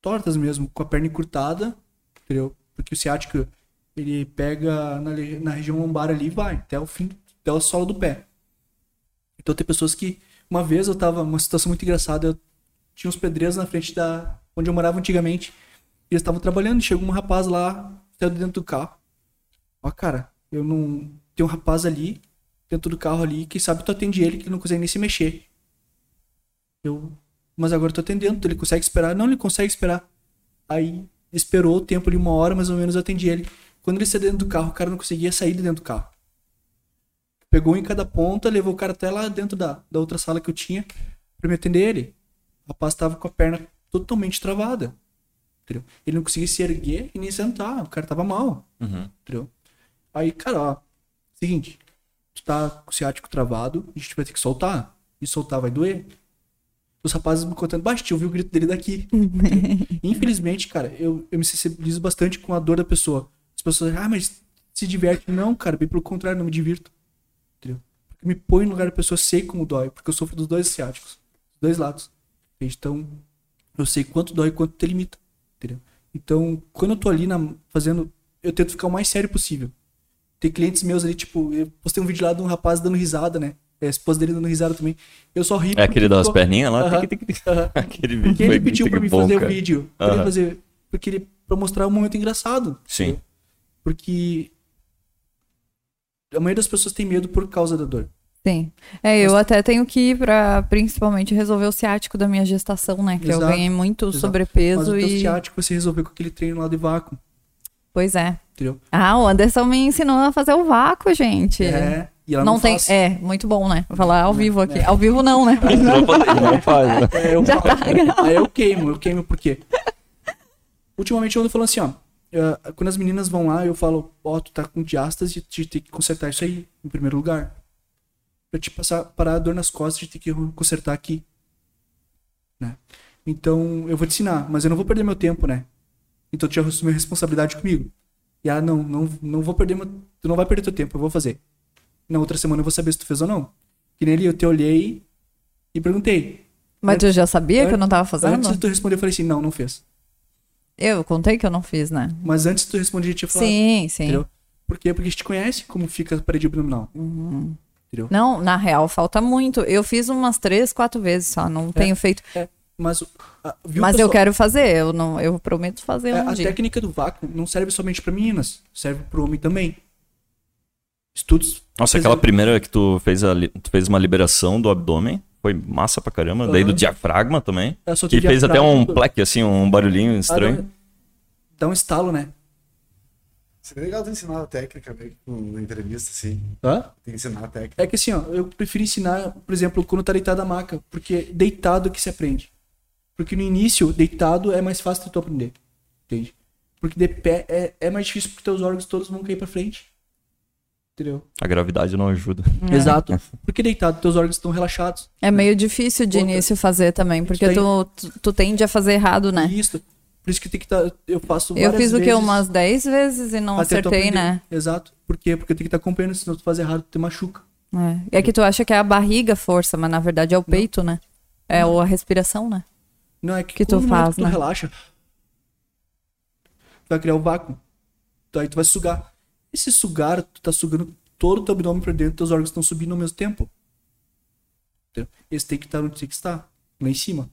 Tortas mesmo, com a perna encurtada, entendeu? Porque o ciático, ele pega na, le- na região lombar ali e vai, até o fim, até o solo do pé. Então tem pessoas que. Uma vez eu tava numa situação muito engraçada, eu tinha uns pedreiros na frente da. onde eu morava antigamente. E eles estavam trabalhando, chegou um rapaz lá, saiu de dentro do carro. Ó, cara, eu não. Tem um rapaz ali, dentro do carro ali, quem sabe tu atende ele, que ele não consegue nem se mexer. Eu. Mas agora eu tô atendendo, ele consegue esperar? Não, ele consegue esperar. Aí esperou o tempo ali, uma hora mais ou menos, eu atendi ele. Quando ele saiu dentro do carro, o cara não conseguia sair de dentro do carro pegou um em cada ponta, levou o cara até lá dentro da, da outra sala que eu tinha pra me atender ele. O rapaz tava com a perna totalmente travada. Entendeu? Ele não conseguia se erguer e nem sentar. O cara tava mal. Entendeu? Aí, cara, ó. Seguinte. Tu tá com o ciático travado, a gente vai ter que soltar. E soltar vai doer. Os rapazes me contando, baixinho, eu ouvi o grito dele daqui. Infelizmente, cara, eu, eu me sensibilizo bastante com a dor da pessoa. As pessoas, ah, mas se diverte. Não, cara, bem pelo contrário, não me divirto. Entendeu? Porque me põe no lugar da pessoa, eu sei como dói, porque eu sofro dos dois ciáticos, dos dois lados. Entende? Então, eu sei quanto dói e quanto te limita. Entendeu? Então, quando eu tô ali na- fazendo, eu tento ficar o mais sério possível. Tem clientes meus ali, tipo, eu postei um vídeo lá de um rapaz dando risada, né? É, A esposa dele dando risada também. Eu só ri É porque aquele das ficou- perninhas lá. Aham, tem que- tem que- [LAUGHS] aham. Aquele vídeo Porque foi ele pediu muito pra mim bom, fazer o cara. vídeo. Pra ele Aham. fazer. Porque ele. Pra mostrar um momento engraçado. [LAUGHS] Sim. Porque. A maioria das pessoas tem medo por causa da dor. Sim. É, eu até tenho que ir pra principalmente resolver o ciático da minha gestação, né? Que eu Exato, ganhei muito exato. Mas sobrepeso o teu e. ciático você resolveu com aquele treino lá de vácuo. Pois é. Entendeu? Ah, o Anderson me ensinou a fazer o vácuo, gente. É. E ela Não, não, tem. faz. É, muito bom, né? Vou falar ao vivo aqui. Ao vivo não, [LAUGHS] né? Não pode- não faz, né? É, eu, Já tá. Aí eu queimo, eu queimo por quê? Ultimamente eu ando falando assim, ó. eh, Quando as meninas vão lá, eu falo, ó, tu tá com diástase, a gente tem que consertar isso aí, em primeiro lugar. Pra te passar, parar a dor nas costas, a gente tem que consertar aqui. Né? Então, eu vou te ensinar, mas eu não vou perder meu tempo, né? Então tu já assumiu a responsabilidade comigo. E ela, não, não, não vou perder meu... Tu não vai perder teu tempo, eu vou fazer. Na outra semana eu vou saber se tu fez ou não. Que nem ali, eu te olhei e perguntei. Mas eu já sabia que eu não tava Antes de fazendo? tu responder, eu falei assim, não, não fez. Eu contei que eu não fiz, né? Mas antes de tu responder, eu tinha falado. Sim, sim. Entendeu? Por quê? Porque a gente conhece como fica a parede abdominal. Entendeu? Não, na real, falta muito. Eu fiz umas três, quatro vezes só, não tenho feito. É, mas o- a- viu, Mas eu pessoal? quero fazer, eu não, eu prometo fazer É, um a dia. técnica do vácuo não serve somente pra meninas, serve pro homem também. Estudos. Nossa, aquela primeira que tu fez, a li- tu fez uma liberação do abdômen. Foi massa pra caramba. Daí do Aham. diafragma também. Eu só Que tive fez até um diafragma. pleque, assim, um barulhinho Ah, dá, estranho. um- dá um estalo, né? [LAUGHS] Seria legal tu ensinar a técnica meio que na entrevista, assim. Tem que ensinar a técnica. É que assim, ó, eu prefiro ensinar, por exemplo, quando tá deitado a maca, porque deitado que se aprende. Porque no início, deitado é mais fácil de tu aprender. Entende? Porque de pé é, é mais difícil porque teus órgãos todos vão cair pra frente. Entendeu? A gravidade não ajuda. Hum. Exato. Porque deitado, teus órgãos estão relaxados. É meio difícil de Outra. início fazer também, porque tem- tu, tu, tu tende a fazer errado, né? E Isso. Por isso que tem que estar. eu faço Eu várias fiz o que? vezes Umas dez vezes e não até tu acertei, aprender. né? Exato. Por quê? Porque tem que estar acompanhando, senão tu faz errado, tu te machuca. É. é que tu acha que é a barriga força, mas na verdade é o peito, né? É ou a respiração, né? Não é que, Que tu quando no momento faz, que tu né? relaxa, tu vai criar um vácuo. Tu- Aí tu vai sugar. Esse sugar, tu tá sugando todo o teu abdômen pra dentro, teus órgãos estão subindo ao mesmo tempo. Entendeu? Eles têm que estar onde tem que estar, lá em cima.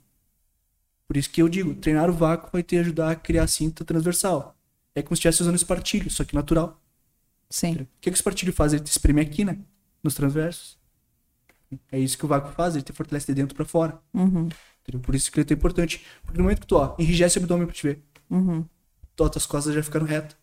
Por isso que eu digo, treinar o vácuo vai te ajudar a criar a cinta transversal. É como se estivesse usando espartilho, só que natural. Sim. O que, que o espartilho faz? Ele te espreme aqui, né? Nos transversos. É isso que o vácuo faz, ele te fortalece de dentro pra fora. Entendeu? Por isso que ele é tão importante. Porque no momento que tu, ó, enrijece o abdômen pra te ver, tu, ó, tuas costas já ficaram retas.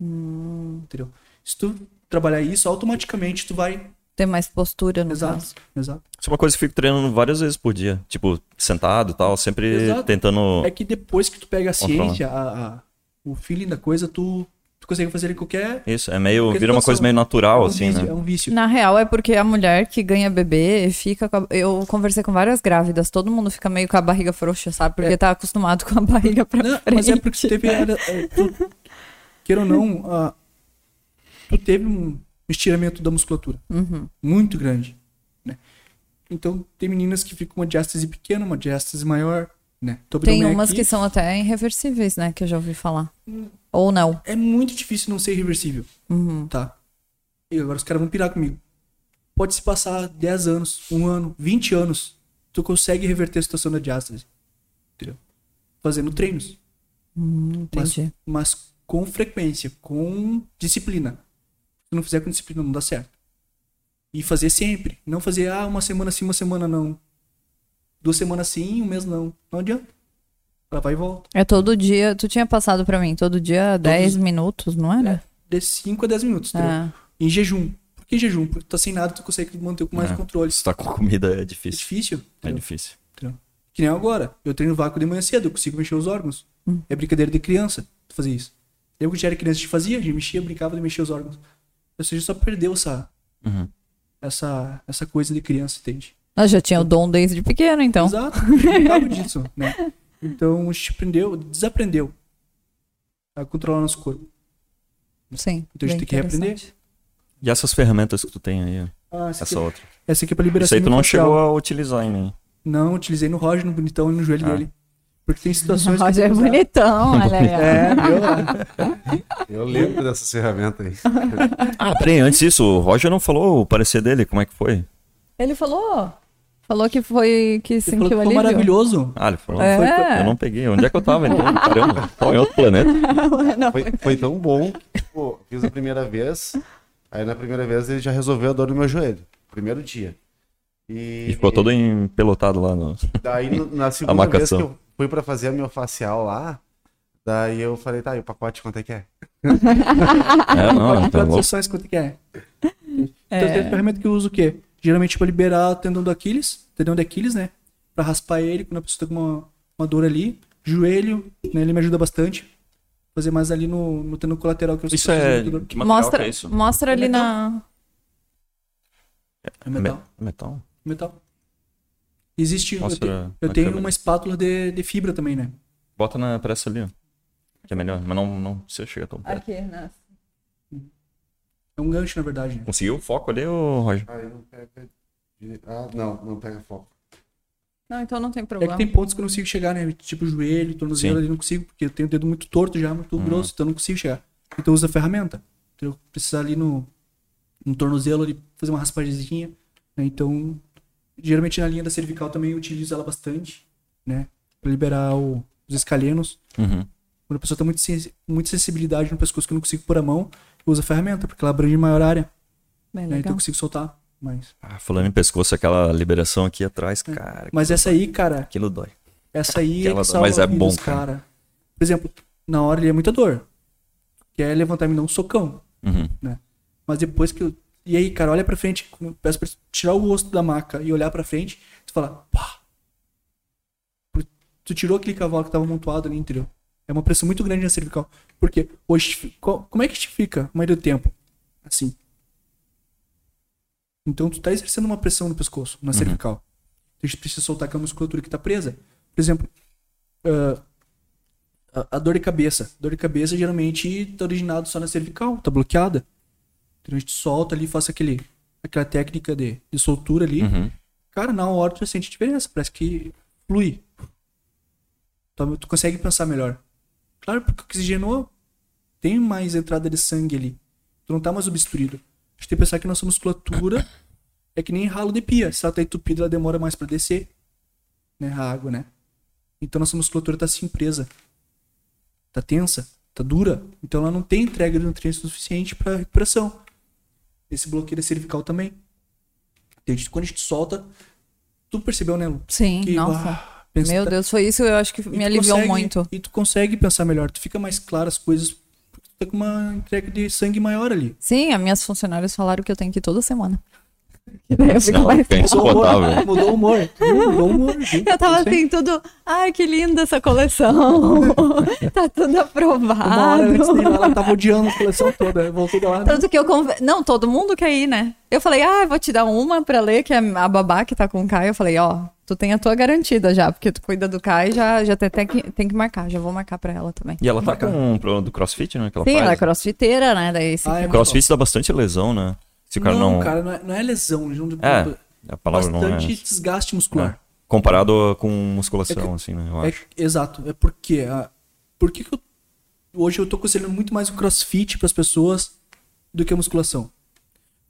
Entendeu? Se tu trabalhar isso, automaticamente tu vai. Tem mais postura no Exato. caso. Exato. Isso é uma coisa que eu fico treinando várias vezes por dia. Tipo, sentado e tal, sempre Exato. tentando. É que depois que tu pega a Controla. ciência, a- a- o feeling da coisa, tu, tu consegue fazer em qualquer. Isso, é meio. Porque Vira uma situação- coisa meio é natural, um assim, vício, né? É um vício. Na real, é porque a mulher que ganha bebê fica. com a- Eu conversei com várias grávidas, todo mundo fica meio com a barriga frouxa, sabe? Porque tá acostumado com a barriga pra É. [LAUGHS] Não, frente. né? mas é porque tu teve. era- é, tu- queira ou não, ah, tu teve um estiramento da musculatura Uhum. muito grande. Né? Então, tem meninas que ficam com uma diástase pequena, uma diástase maior. Né? Teu Tem abdômen é umas aqui. que são até irreversíveis, né? Que eu já ouvi falar. Ou não. É muito difícil não ser irreversível. Uhum. Tá? E agora os caras vão pirar comigo. Pode se passar 10 anos, um ano, 20 anos. Tu consegue reverter a situação da diástase. Entendeu? Fazendo treinos. Mas- Hum, Entendi. Mas, com frequência, com disciplina. Se não fizer com disciplina, não dá certo. E fazer sempre. Não fazer, ah, uma semana sim, uma semana não. Duas semanas sim, um mês não. Não adianta. Ela vai e volta. É todo dia. Tu tinha passado pra mim, todo dia 10 minutos, não era? De 5 a 10 minutos. entendeu? É. Em jejum. Por que jejum? Porque tu tá sem nada, tu consegue manter com mais É. controle. Se tá com comida é É difícil. difícil. É entendeu? difícil. Entendeu? Que nem agora. Eu treino vácuo de manhã cedo, eu consigo mexer os órgãos. Hum. É brincadeira de criança tu fazer isso. Eu quando eu era criança, a gente fazia, a gente mexia, brincava de mexer os órgãos. Ou seja, só perdeu essa, Uhum. essa, essa coisa de criança, entende? Nós Ah, já tinha o dom desde pequeno, então. Exato, brincava disso, né? Então a gente aprendeu, desaprendeu a controlar nosso corpo. Sim. Então a bem gente tem que reaprender. interessante. E essas ferramentas que tu tem aí, ó? Ah, essa, essa aqui, outra. essa aqui é pra liberação Isso aí tu não miofascial. chegou a utilizar em mim. Não, utilizei no Roger, no bonitão e no joelho Ah. dele. Porque [LAUGHS] tem situações. que Roger é tem que usar. [LAUGHS] bonitão, olha aí. ó. É, viu? Eu lembro dessas ferramentas aí. Ah, peraí, antes disso, o Roger não falou o parecer dele, como é que foi? Ele falou. Falou que foi. Que Você falou sentiu que foi alívio. maravilhoso. Ah, ele falou. É. Eu não peguei. Onde é que eu tava [LAUGHS] então? Caramba, tava em outro planeta. Não, Foi, foi tão bom que, tipo, fiz a primeira vez. Aí na primeira vez ele já resolveu a dor no meu joelho. Primeiro dia. E, E ficou todo empelotado lá no. Daí no- na segunda vez que marcação. eu fui pra fazer a minha facial lá, daí eu falei, tá, e o pacote quanto é que é? É, não, Quatro, tá quatro louco. sessões, quanto que é? Então, tem a ferramenta que eu uso o quê? Geralmente pra liberar o tendão do Aquiles, tendão de Aquiles, né? Pra raspar ele quando a pessoa tá com uma, uma dor ali. Joelho, né? Ele me ajuda bastante. Fazer mais ali no, no tendão colateral que eu Isso sei que é. eu uso muito Que material que mostra, é isso? mostra ali na. É metal. Me- metal? Metal. Existe. Mostra eu tenho, na eu tenho câmera. uma espátula de, de fibra também, né? Bota na pressa ali, ó. Que é melhor, mas não, não precisa chegar tão perto. Aqui, né? É um gancho, na verdade. Né? Conseguiu o foco ali, ô Roger? Aí Ah, não pega. dire- Ah, não, não pega foco. Não, então não tem É que problema. tem pontos que eu não consigo chegar, né? Tipo joelho, tornozelo, Sim. ali eu não consigo, porque eu tenho o dedo muito torto já, muito grosso, então eu não consigo chegar. Então eu uso a ferramenta. Então eu preciso ali no, no tornozelo ali, fazer uma raspadinha, né? Então, geralmente na linha da cervical também eu utilizo ela bastante, né? Pra liberar o- os escalenos. Uhum. Quando a pessoa tem muito sen- muita sensibilidade no pescoço que eu não consigo pôr a mão, eu uso a ferramenta, porque ela abrange maior área, Bem né? Então eu É legal. consigo soltar mais. Ah, falando em pescoço, aquela liberação aqui atrás, Hum. cara, Mas essa aí, cara, aquilo dói. Essa aí é Aquela que dor, salva mas é vidas, bom, cara. Por exemplo, na hora ele é muita dor. Que é levantar e me dar um socão, Uhum. né? Mas depois que eu... E aí, cara, olha pra frente. quando eu Peço pra tirar o rosto da maca e olhar pra frente. Tu fala... Pá! Por- Tu tirou aquele cavalo que tava amontoado ali, entendeu? É uma pressão muito grande na cervical. Porque hoje... co- Como é que a gente fica a maioria do tempo? Assim. Então tu tá exercendo uma pressão no pescoço, na cervical. A gente precisa soltar aquela musculatura que tá presa. Por exemplo, ah, a, a dor de cabeça. Dor de cabeça geralmente tá originado só na cervical, tá bloqueada. Então a gente solta ali, faz aquele, aquela técnica de, de soltura ali. Uhum. Cara, na hora tu sente diferença, parece que flui. Tu, tu consegue pensar melhor. Claro, porque oxigenou, tem mais entrada de sangue ali. Tu não tá mais obstruído. A gente tem que pensar que nossa musculatura é que nem ralo de pia. Se ela tá entupida, ela demora mais pra descer. Né, a água, né? Então nossa musculatura tá assim presa. Tá tensa, tá dura. Então ela não tem entrega de nutrientes suficiente pra recuperação. Esse bloqueio cervical também. Então, a gente- quando a gente solta, tu percebeu, né, Lu? Sim, Que, nossa. ah, pensa- Meu Deus, foi isso, eu acho que e me tu aliviou consegue- muito. E tu consegue pensar melhor, tu fica mais claro as coisas, porque tu tá com uma entrega de sangue maior ali. Sim, as minhas funcionárias falaram que eu tenho que ir toda semana. E daí [LAUGHS] eu fico Não, mais fica insuportável. Mudou o humor. viu? Mudou o humor. viu? Eu tava Isso aí. assim, tudo. Ai, que linda essa coleção! [LAUGHS] tá tudo Uma hora antes dele, aprovado. ela tava odiando a coleção toda. Eu voltei lá. né? Tanto que eu. Conver... Não, todo mundo quer ir, né? Eu falei, ah, vou te dar uma pra ler, que é a babá que tá com o Caio. Eu falei, ó, tu tem a tua garantida já, porque tu cuida do Caio e já, já tem, tem, que, tem que marcar. Já vou marcar pra ela também. E ela tá com um problema do crossfit, né? Que ela Sim, faz. ela é crossfiteira, né? Daí se Ah, é Crossfit dá bastante lesão, né? Se o cara não. Não, cara, não é, não é lesão. Não É, a palavra bastante não é. desgaste muscular. Comparado com musculação, É que- assim, né? Eu É- acho. exato. É porque. A, por que, que eu, hoje eu tô considerando muito mais o crossfit pras pessoas do que a musculação?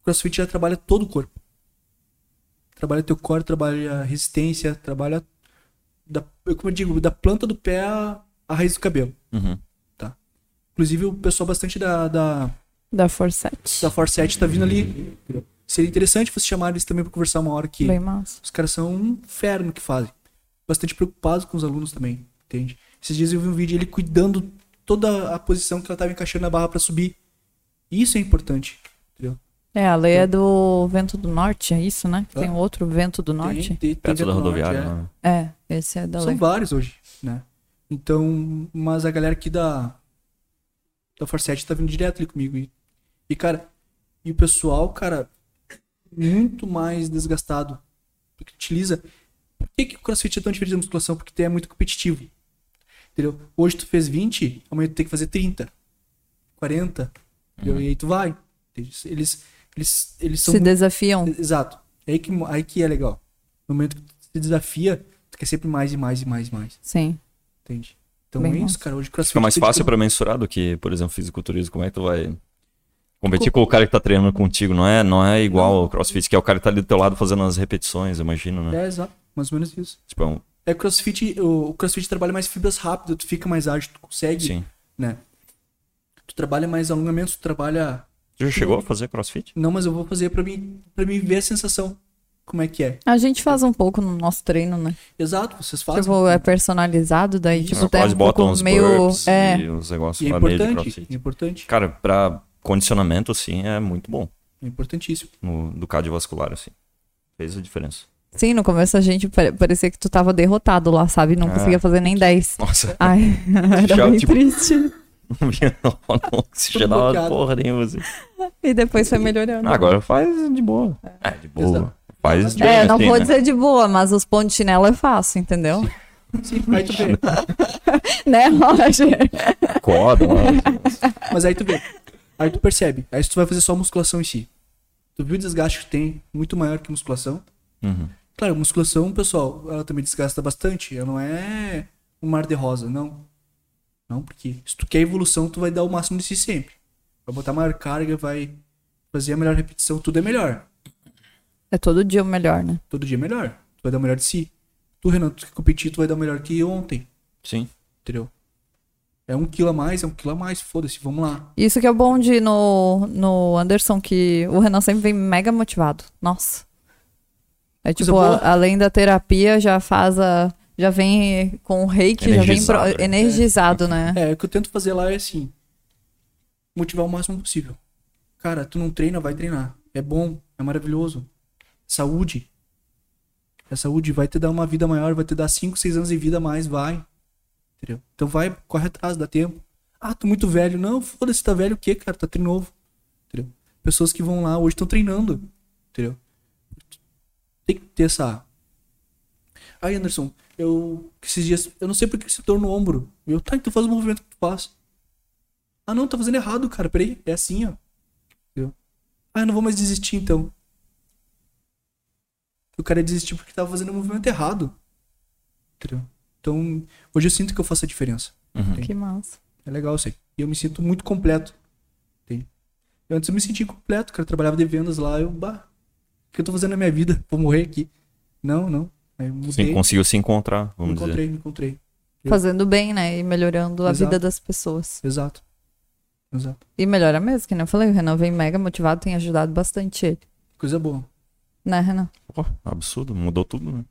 O crossfit já trabalha todo o corpo. Trabalha teu core, trabalha resistência, trabalha. Da, eu, como eu digo, da planta do pé à, à raiz do cabelo. Uhum. Tá? Inclusive, o pessoal bastante da, da, dá forcete. da Force 7 tá vindo ali. Seria interessante você chamar eles também pra conversar uma hora que. Bem massa. Os caras são um inferno que fazem. Bastante preocupados com os alunos também, entende? Esses dias eu vi um vídeo ele cuidando toda a posição que ela tava encaixando na barra pra subir. Isso é importante, entendeu? É, a lei é do vento do norte, é isso, né? Que Hã? Tem outro vento do norte. tem, Perto da Vento Norte, rodoviária, é. né? É, esse é da São lei. vários hoje, né? Então, mas a galera aqui da da Forset tá vindo direto ali comigo e, e cara, e o pessoal, cara, muito mais desgastado porque utiliza. Por que, que o CrossFit é tão diferente da musculação? Porque é muito competitivo. Entendeu? Hoje tu fez 20, amanhã tu tem que fazer 30, 40, entendeu? E aí tu vai. Eles eles eles, eles são Uhum. Se desafiam. Exato. É aí que, aí que é legal. No momento que tu se desafia, tu quer sempre mais e mais e mais e mais. Sim. Entende? Então Bem é tipo massa. isso, cara. Hoje crossfit. Fica mais tem de fácil tudo. pra mensurar do que, por exemplo, fisiculturismo. Como é que tu vai competir com o cara que tá treinando contigo? Não é, não é igual ao crossfit, que é o cara que tá ali do teu lado fazendo as repetições, eu imagino, né? É, exato. Mais ou menos isso. Tipo, é um... É crossfit, o, o crossfit trabalha mais fibras rápido, tu fica mais ágil, tu consegue, sim. né? Tu trabalha mais alongamentos, tu trabalha. Tu já chegou a fazer crossfit? Não, mas eu vou fazer pra mim, pra mim ver a sensação. Como é que é? A gente faz um pouco no nosso treino, né? Exato, vocês fazem. Tipo, é personalizado, daí, Isso. tipo, Ela tem quase um bota pouco Né? uns meio. burps É, e uns negócios E é lá meio de importante, é crossfit. importante, Cara, pra condicionamento, assim, é muito bom. é importantíssimo. No, do cardiovascular, assim. Fez a diferença. [LAUGHS] sim, no começo a gente pare- parecia que tu tava derrotado lá, sabe? Não Ah. conseguia fazer nem 10. Nossa, Ai, [LAUGHS] era Já, bem tipo- triste. não vinha não, não oxigenava bloqueado. porra nenhuma. É Assim. E depois foi melhorando. Ah, Agora faz de boa. É, de boa. Exato. Faz de É, boa, não assim, vou né? dizer de boa, mas os pontos de chinelo eu faço, entendeu? Sim, aí tu vê. [LAUGHS] né, Roger? Coda, [LAUGHS] né? Mas aí tu vê. Aí tu percebe. Aí tu vai fazer só musculação em si. Tu viu o desgaste que tem muito maior que musculação. Uhum. Claro, musculação, pessoal, ela também desgasta bastante. Ela não é um mar de rosa, não. Não, porque se tu quer evolução, tu vai dar o máximo de si sempre. Vai botar maior carga, vai fazer a melhor repetição, tudo é melhor. É todo dia o melhor, né? Todo dia é melhor. Tu vai dar o melhor de si. Tu, Renan, tu que competir, tu vai dar o melhor que ontem, Sim. entendeu? É um quilo a mais, é um quilo a mais, foda-se, vamos lá. Isso que é o bom de ir no, no Anderson, que o Renan sempre vem mega motivado. Nossa. É Coisa tipo, a- boa. além da terapia, já faz a. Já vem com o reiki, já vem Energizado, pro- né? energizado, [LAUGHS] né? É, o que eu tento fazer lá é assim: motivar o máximo possível. Cara, tu não treina, vai treinar. É bom, é maravilhoso. Saúde. A saúde vai te dar uma vida maior, vai te dar 5, 6 anos de vida a mais, vai. Entendeu? Então vai, corre atrás, dá tempo. Ah, tô muito velho. Não, foda-se, tá velho o quê, cara? Tá tri novo. Entendeu? Pessoas que vão lá hoje estão treinando. Entendeu? Tem que ter essa. Aí, Anderson, eu. Esses dias. Eu não sei por que você torna o ombro. Eu, tá, então faz o movimento que tu faz. Ah, não, tá fazendo errado, cara. Peraí, é assim, ó. Entendeu? Ah, eu não vou mais desistir então. O cara desistiu porque tava fazendo o movimento errado. Entendeu? Então, hoje eu sinto que eu faço a diferença. Que massa. É legal isso aí. E eu me sinto muito completo. Entende? Eu antes eu me sentia completo, cara. Eu trabalhava de vendas lá. Eu, bah, o que eu tô fazendo na minha vida? Vou morrer aqui. Não, não. Aí eu mudei. Sim, conseguiu se encontrar, me vamos dizer. encontrei, me encontrei. Eu- Fazendo bem, né? E melhorando a Exato. vida das pessoas. Exato. Exato. E melhora mesmo, que nem eu falei. O Renan vem mega motivado, tem ajudado bastante ele. Coisa boa. Né, Renan? Pô, absurdo, mudou tudo, né?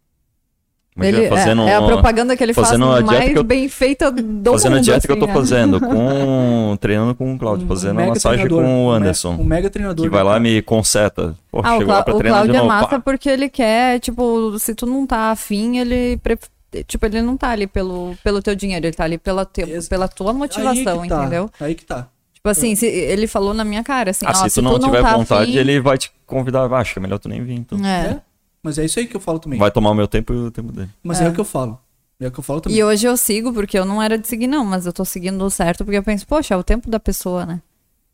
Ele, Imagina, fazendo é, é a um- propaganda que ele faz fazendo a dieta mais que eu- bem feita do fazendo a mundo, dieta que eu assim, tô né? fazendo, com treinando com o Claudio, Um fazendo a mega massagem treinador, com o um me- Anderson, Um mega treinador. que vai lá cara. e me conseta. Pô, Ah, o, chegou lá Clá pra o treinar de Cláudio é novo. massa pá. porque ele quer, tipo, se tu não tá afim, ele. pre- Tipo, ele não tá ali pelo, pelo teu dinheiro, ele tá ali pela, te- Ex- pela tua motivação, Aí que tá, entendeu? Aí que tá. Tipo assim, se- ele falou na minha cara, assim, Ah, ó, se tu não tiver vontade, ele vai te convidar. Ah, acho que é melhor tu nem vir, então. É. É. Mas é isso aí que eu falo também. Vai tomar o meu tempo e o tempo dele. Mas é. o que eu falo. É o que eu falo também. E hoje eu sigo, porque eu não era de seguir, não, mas eu tô seguindo o certo, porque eu penso, poxa, é o tempo da pessoa, né?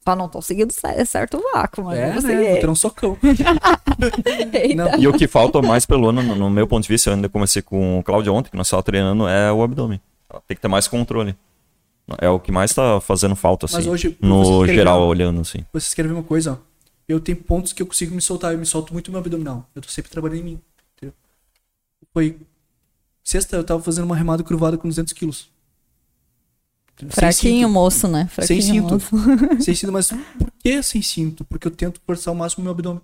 Fala, não tô seguindo cer- certo o vácuo, mas eu É, vou né? Vou ter seguir. [LAUGHS] um socão. Eita. Não, E o que falta mais pelo ano, no no meu ponto de vista, eu ainda comecei com o Claudio ontem, que nós estávamos treinando, é o abdômen. Tem que ter mais controle. É o que mais tá fazendo falta, assim. Mas hoje, no vocês querem geral, ver? olhando, assim. vocês querem ver uma coisa? ó? Eu tenho pontos que eu consigo me soltar. Eu me solto muito no meu abdominal. Eu tô sempre trabalhando em mim. Entendeu? Foi. Sexta, eu tava fazendo uma remada curvada com 200 quilos. Entendeu? Sem Fraquinho, moço, né? Fraquinho, cinto. moço. cinto. Sem cinto, mas por que sem cinto? Porque eu tento forçar o máximo o meu abdômen.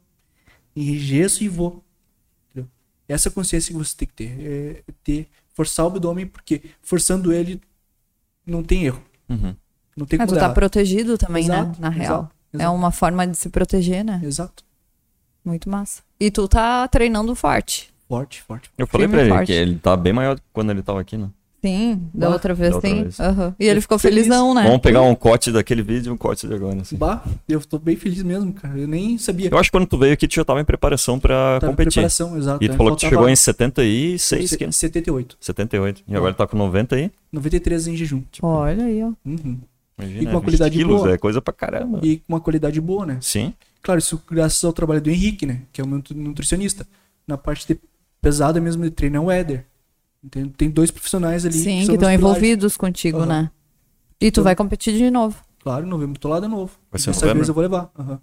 Enrijeço e vou. Entendeu? Essa é consciência que você tem que ter. É ter forçar o abdômen, porque forçando ele não tem erro. Uhum. Não tem [LAUGHS] Ah, como tu dar tá errado. protegido também, Exato, né? Na real. exato, É exato. uma forma de se proteger, né? Exato. Muito massa. E tu tá treinando forte. Forte, forte. Eu falei Firme pra e ele forte. que ele tá bem maior do que quando ele tava aqui, né? Sim, da Bah, outra vez da outra sim. vez. Aham. E ele Eu ficou fico feliz. felizão, né? Vamos pegar um corte daquele vídeo e um corte de agora, assim. Bah, eu tô bem feliz mesmo, cara. Eu nem sabia. Eu acho que quando tu veio aqui, tu já tava em preparação pra Tava em competir. preparação, exato. é. E tu falou que tu chegou em 76 se- quilos. 78. 78. é E agora tá com 90 aí. 93 em jejum. um- Olha aí, ó. Uhum. Imagina, E com uma 20 qualidade quilos, boa. é coisa pra caramba. E com uma qualidade boa, né? Sim. Claro, isso graças ao trabalho do Henrique, né? Que é o meu nutri- nutricionista. Na parte de pesada mesmo de treino é o Éder. Tem, tem dois profissionais ali. Sim, que são estão meus pilares. envolvidos contigo, Aham. né? E tu Então- vai competir de novo. Claro, em novembro tô lá de novo. Vai ser em Dessa novembro? vez eu vou levar. Aham.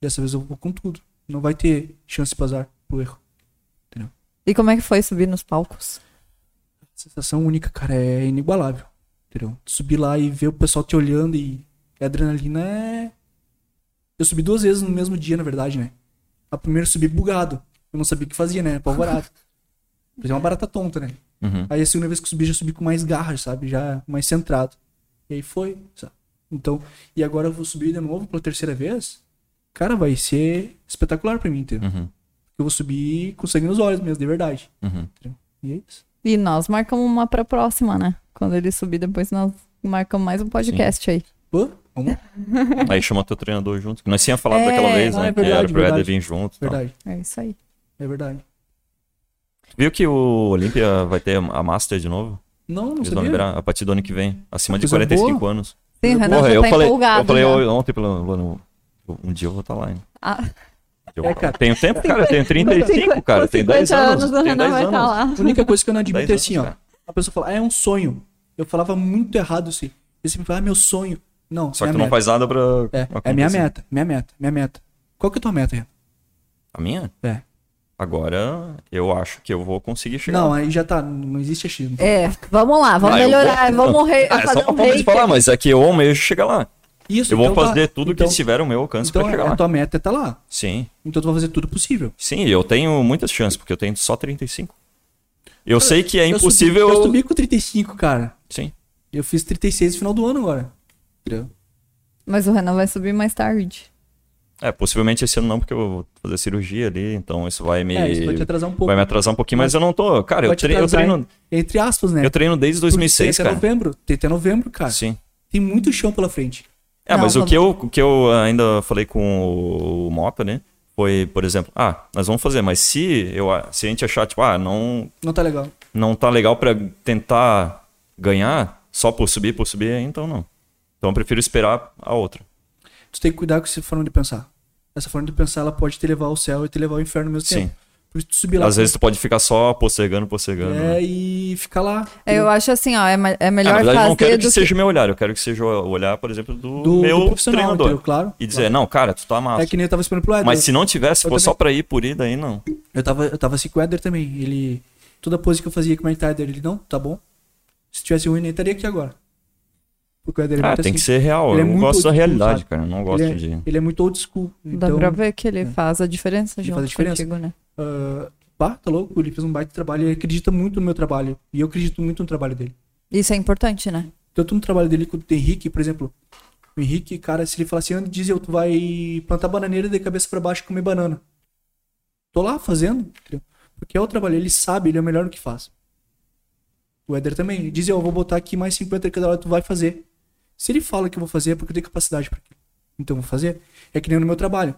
Dessa vez eu vou com tudo. Não vai ter chance pra azar pro erro. E como é que foi subir nos palcos? sensação única, cara, é inigualável. Entendeu? Subir lá e ver o pessoal te olhando e a adrenalina é. Eu subi duas vezes no mesmo dia, na verdade, né? A primeira eu subi bugado. Eu não sabia o que fazia, [LAUGHS] né? Apavorado. Mas é uma barata tonta, né? Uhum. Aí a segunda vez que eu subi, já subi com mais garras, sabe? Já mais centrado. E aí foi, sabe? Então, e agora eu vou subir de novo pela terceira vez. Cara, vai ser espetacular pra mim, entendeu? Uhum. Eu vou subir com sangue nos olhos mesmo, de verdade. Uhum. E é isso. E nós marcamos uma pra próxima, né? Quando ele subir, depois nós marcamos mais um podcast aí. Pô, vamos? Aí chama teu treinador junto. que Nós tínhamos falado É, daquela vez, não, né? é que era verdade, pro Eder verdade. vir junto. e tal. Verdade, É isso aí. é verdade. Tu Viu que o Olímpia vai ter a Master de novo? Não, não Eles vão sabia. liberar a partir do ano que vem. Acima de Coisa 45 boa. É, anos. Sim, o Renan Porra, já eu tá falei, empolgado. eu falei já. ontem pelo. Luano, Um dia eu vou estar lá, hein? Ah. Eu tá É, cara. Tenho um tempo, cara. Eu tenho 35, cara. Tem 10 anos. né, o Tem Renan 10 tá vai estar anos. lá. A única coisa que eu não admito é Dez assim, anos, ó. cara. A pessoa fala, ah, é um sonho. Eu falava muito errado assim. Eu sempre falava, ah, meu sonho. Não, Só é que a tu não meta. faz nada pra. É, é minha meta, minha meta, minha meta. Qual que é a tua meta, Renan? A minha? É. Agora eu acho que eu vou conseguir chegar. Não, aí já tá, não existe achismo. É, vamos lá, vamos Ah, eu melhorar, vou- vamos morrer. Ah, é só fazer pra um poder hater. falar, mas é que eu almejo chegar lá. Isso, Eu vou então tá. fazer tudo então, que estiver ao meu alcance Então pra chegar a lá. tua meta é tá lá. Sim, Então tu vai fazer tudo possível. sim, eu tenho muitas chances, porque eu tenho só 35. Eu sei que é Eu subi- impossível. Eu subi com 35, cara. Sim. Eu fiz 36 no final do ano agora. Entendeu? Mas o Renan vai subir mais tarde. É, possivelmente esse ano não, porque eu vou fazer cirurgia ali, então isso vai me. É, isso vai te atrasar um pouco. vai me atrasar um pouquinho, mas eu não tô. Cara, eu, Vai te tre- eu atrasar, treino. Entre aspas, né? Eu treino desde Porque 2006, Tem cara. até novembro. Tem até novembro, cara. Sim. Tem muito chão pela frente. É, Não, mas o vamos- que, eu, o que eu ah, ainda falei com o Mota, né? Foi, por exemplo, ah, nós vamos fazer, mas se, eu, se a gente achar, tipo, ah, não, Não tá legal. não tá legal pra tentar ganhar só por subir, por subir, então não. Então eu prefiro esperar a outra. Tu tem que cuidar com essa forma de pensar. Essa forma de pensar, ela pode te levar ao céu e te levar ao inferno ao mesmo Sim. tempo. Por isso, tu subir lá Às vezes tu pode ficar só postergando, postergando. né? é, e ficar lá. Eu acho assim, ó, é, ma- é Ah, na melhor verdade, eu fazer não quero do que seja o meu olhar, eu quero que seja o olhar, por exemplo, do, Do- do meu profissional, treinador. entendeu? Claro, E dizer, não, cara, tu tá massa. É que nem eu tava esperando pro Éder. Mas se não tivesse, se Eu for só também. pra ir por ir, daí não. Eu tava, eu tava assim com o Éder também. Ele. Toda pose que eu fazia com o Éder, ele, não, tá bom. Se tivesse ruim, nem estaria aqui agora. Porque o Éder é Ah, muito tem assim. que ser real. Ele é eu muito gosto da old school, realidade, sabe? cara. Eu não gosto Ele é, de. ele é muito old school. Dá então, pra ver que ele faz a diferença Ele junto faz a diferença. contigo, né? ah, pá, tá louco? Ele fez um baita trabalho. Ele acredita muito no meu trabalho. E eu acredito muito no trabalho dele. Isso é importante, né? Tanto no trabalho dele quanto do Henrique, por exemplo. O Henrique, cara, se ele falar assim, Andy, diz eu, tu vai plantar bananeira de cabeça pra baixo e comer banana. Tô lá fazendo, entendeu? Porque é o trabalho, ele sabe, ele é o melhor no que faz. O Éder também. Diz eu, eu vou botar aqui mais 50 de cada hora, tu vai fazer. Se ele fala que eu vou fazer, é porque eu tenho capacidade pra aquilo. Então eu vou fazer. É que nem no meu trabalho.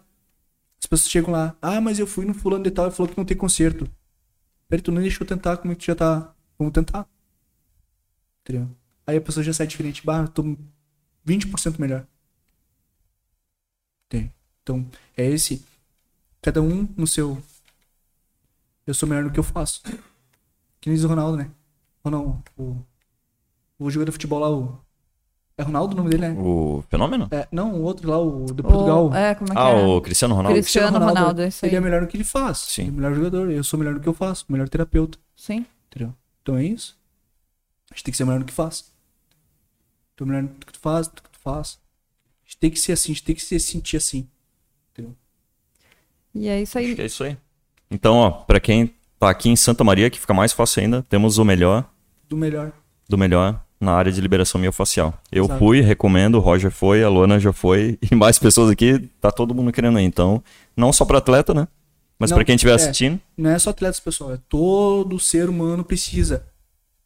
As pessoas chegam lá, ah, mas eu fui no fulano de tal e falou que não tem conserto. Peraí, tu nem deixou eu tentar, como é que tu já tá? Vamos tentar. Entendeu? Aí a pessoa já sai diferente. Bah, eu tô 20% melhor. Tem. Então, é esse. Cada um no seu. Eu sou melhor no que eu faço. Que nem diz o Ronaldo, né? Ronaldo, o, o jogador de futebol lá, o. É Ronaldo o nome dele, né? O fenômeno? É, não, o outro lá, o do Portugal. Ou, é, como é que Ah, era? o Cristiano Ronaldo. Cris- Cristiano Ronaldo, é isso Ele aí. é melhor no que ele faz. Sim. Ele é o melhor jogador. Eu sou melhor no que eu faço. Melhor terapeuta. Sim. Entendeu? Então é isso. A gente tem que ser melhor no que faz. Tu é melhor no que tu faz, no que tu faz. A gente tem que ser assim, a gente tem que se sentir assim. E é isso Acho aí. que é isso aí. Então, ó, pra quem tá aqui em Santa Maria, que fica mais fácil ainda, temos o melhor Do melhor. do melhor na área de liberação miofacial. Eu Exato. fui, recomendo, o Roger foi, a Luana já foi, [LAUGHS] e mais pessoas aqui, tá todo mundo querendo ir. Então, não só pra atleta, né? Mas Não, pra quem estiver é. assistindo, Não é só atletas, pessoal. É todo ser humano precisa.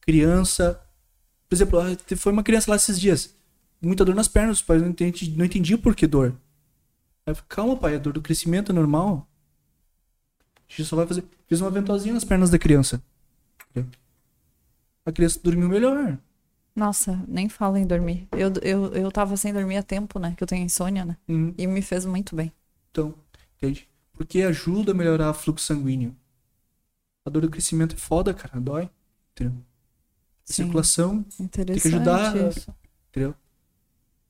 Criança. Por exemplo, ah, te- foi uma criança lá esses dias. Muita dor nas pernas. Os pais não entendiam não entendiam por que dor. Aí eu falei, calma, pai. É dor do crescimento é normal. A gente só vai fazer. Fiz uma ventosinha nas pernas da criança. A criança dormiu melhor. Nossa, nem fala em dormir. Eu, eu, eu tava sem dormir há tempo, né? Que eu tenho insônia, né? Uhum. E me fez muito bem. Então, entende? Porque ajuda a melhorar o fluxo sanguíneo. A dor do crescimento é foda, cara. Dói. Entendeu? Sim. Circulação, Interessante que ajudar- isso. entendeu?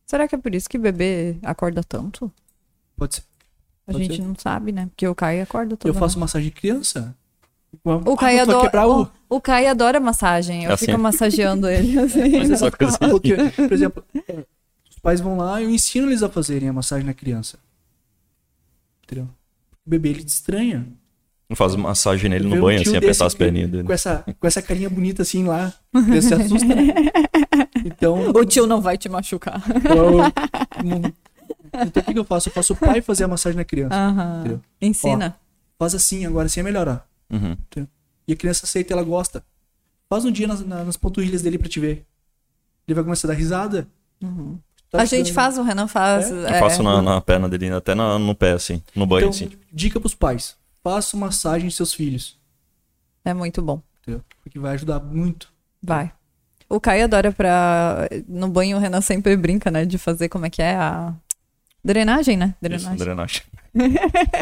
Será que é por isso que bebê acorda tanto? Pode ser. A Pode gente ser. não sabe, né? Porque o Caio acorda todo Eu faço massagem de criança. O Caio, Ah, tu vai adora, quebrar o- [LAUGHS] o... o Caio adora massagem. Eu É fico assim. massageando ele [LAUGHS] assim. Mas é [LAUGHS] só coisa Ah, porque, por exemplo, é, os pais vão lá e eu ensino eles a fazerem a massagem na criança. Entendeu? O bebê ele te estranha. não faz massagem nele Vê no um banho, tio assim, desse apertar as que- perninhas dele. Com essa, com essa carinha bonita assim lá. a criança se [LAUGHS] assusta. né? Então, O tio não vai te machucar. eu- então o que que eu faço? Eu faço o pai fazer a massagem na criança. Aham. Entendeu? Ensina. Faz assim, agora assim é melhor, ó. Uhum. E a criança aceita, ela gosta. Faz um dia nas, na- nas ponturrilhas dele pra te ver. Ele vai começar a dar risada. Tá a gente ajudando. faz, o Renan faz. Eu Uhum. é. faço na, na perna dele, até na- no pé, assim, no banho, Então, assim. dica pros pais. Faça massagem de seus filhos. É muito bom. Entendeu? Porque vai ajudar muito. Vai. O Caio adora pra. No banho, o Renan sempre brinca, né? De fazer como é que é a. Drenagem, né? Isso, Drenagem. [LAUGHS] drenagem.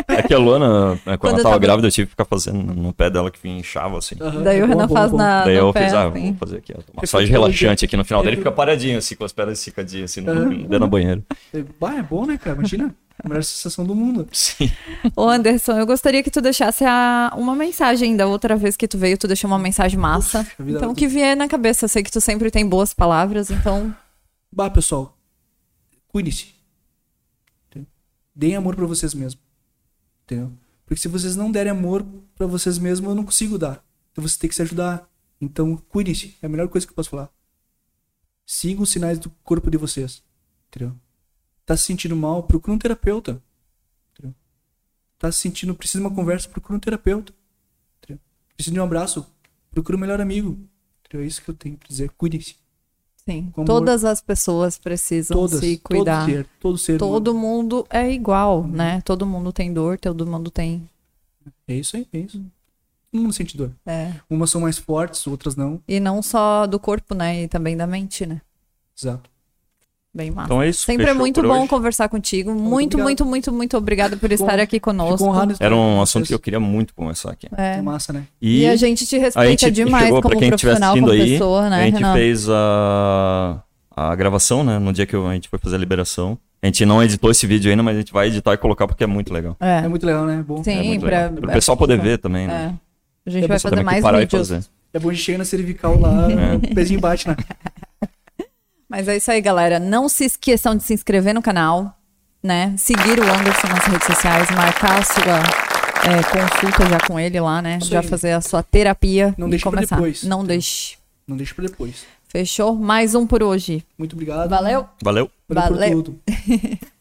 é que a Luana, né, quando, Quando ela eu tava, tava- grávida, eu tive que ficar fazendo no pé dela que inchava, assim. Daí É o Renan faz na. Daí no eu pé, fiz, ah, assim. vou fazer aqui, ó, uma massagem relaxante aqui no final dele, fica paradinho, assim, com as pernas esticadinhas, assim, no, dentro da banheira. Bah, é bom, né, cara? Imagina. A melhor sensação do mundo. [LAUGHS] Sim. Ô Anderson, eu gostaria que tu deixasse a- uma mensagem da outra vez que tu veio, tu deixou uma mensagem massa. Puxa vida, então, o eu- que vier na cabeça, eu sei que tu sempre tem boas palavras, então Bah, pessoal. Cuide-se. Entendeu? Deem amor pra vocês mesmos. Entendeu? Porque se vocês não derem amor pra vocês mesmos, eu não consigo dar. Então vocês têm que se ajudar. Então, cuidem-se. É a melhor coisa que eu posso falar. Sigam os sinais do corpo de vocês. Entendeu? Tá se sentindo mal? Procura um terapeuta. Entendeu? Tá se sentindo, precisa de uma conversa? Procura um terapeuta. Entendeu? Precisa de um abraço? Procura o melhor amigo. Entendeu? É isso que eu tenho pra dizer. Cuidem-se. sim. Com amor. todas as pessoas precisam Todas. se cuidar. Todo ser. Todo ser. Todo humano. mundo é Uhum. igual, né? Todo mundo tem dor, todo mundo tem. É isso aí, é isso. Todo mundo sente dor. é. Umas são mais fortes, outras não. E não só do corpo, né? E também da mente, né? Exato. Bem massa. Então é isso, Sempre é fechou muito por bom hoje. conversar contigo. Muito, obrigado. muito, muito, muito obrigado por estar honra- aqui conosco. Fico honrado em estar Era aqui um com assunto que eu vocês. queria muito conversar aqui. É. Massa, né? E, E a gente te respeita demais chegou, como pra quem estiver profissional, assistindo como aí, pessoa, né, a gente Renan? fez a, a gravação, né? No dia que eu- a gente foi fazer a liberação. A gente não editou esse vídeo ainda, mas a gente vai editar e colocar porque é muito legal. É. É muito legal, né? É bom. Sim, É muito pra- legal. Pro pessoal poder ver também, né? É. A gente Eu vai só fazer Também que mais parar e vídeos. fazer. É bom a gente chega na [LAUGHS] cervical lá, É. o pezinho bate né? na. Mas é isso aí, galera. Não se esqueçam de se inscrever no canal, né? Seguir o Anderson nas redes sociais, marcar a sua é, consulta já com ele lá, né? Isso já aí. fazer a sua terapia Não e deixe pra começar. depois. Não deixe. Não deixa pra depois. Fechou? Mais um por hoje. Muito obrigado. Valeu! Valeu! Valeu. por Valeu. tudo.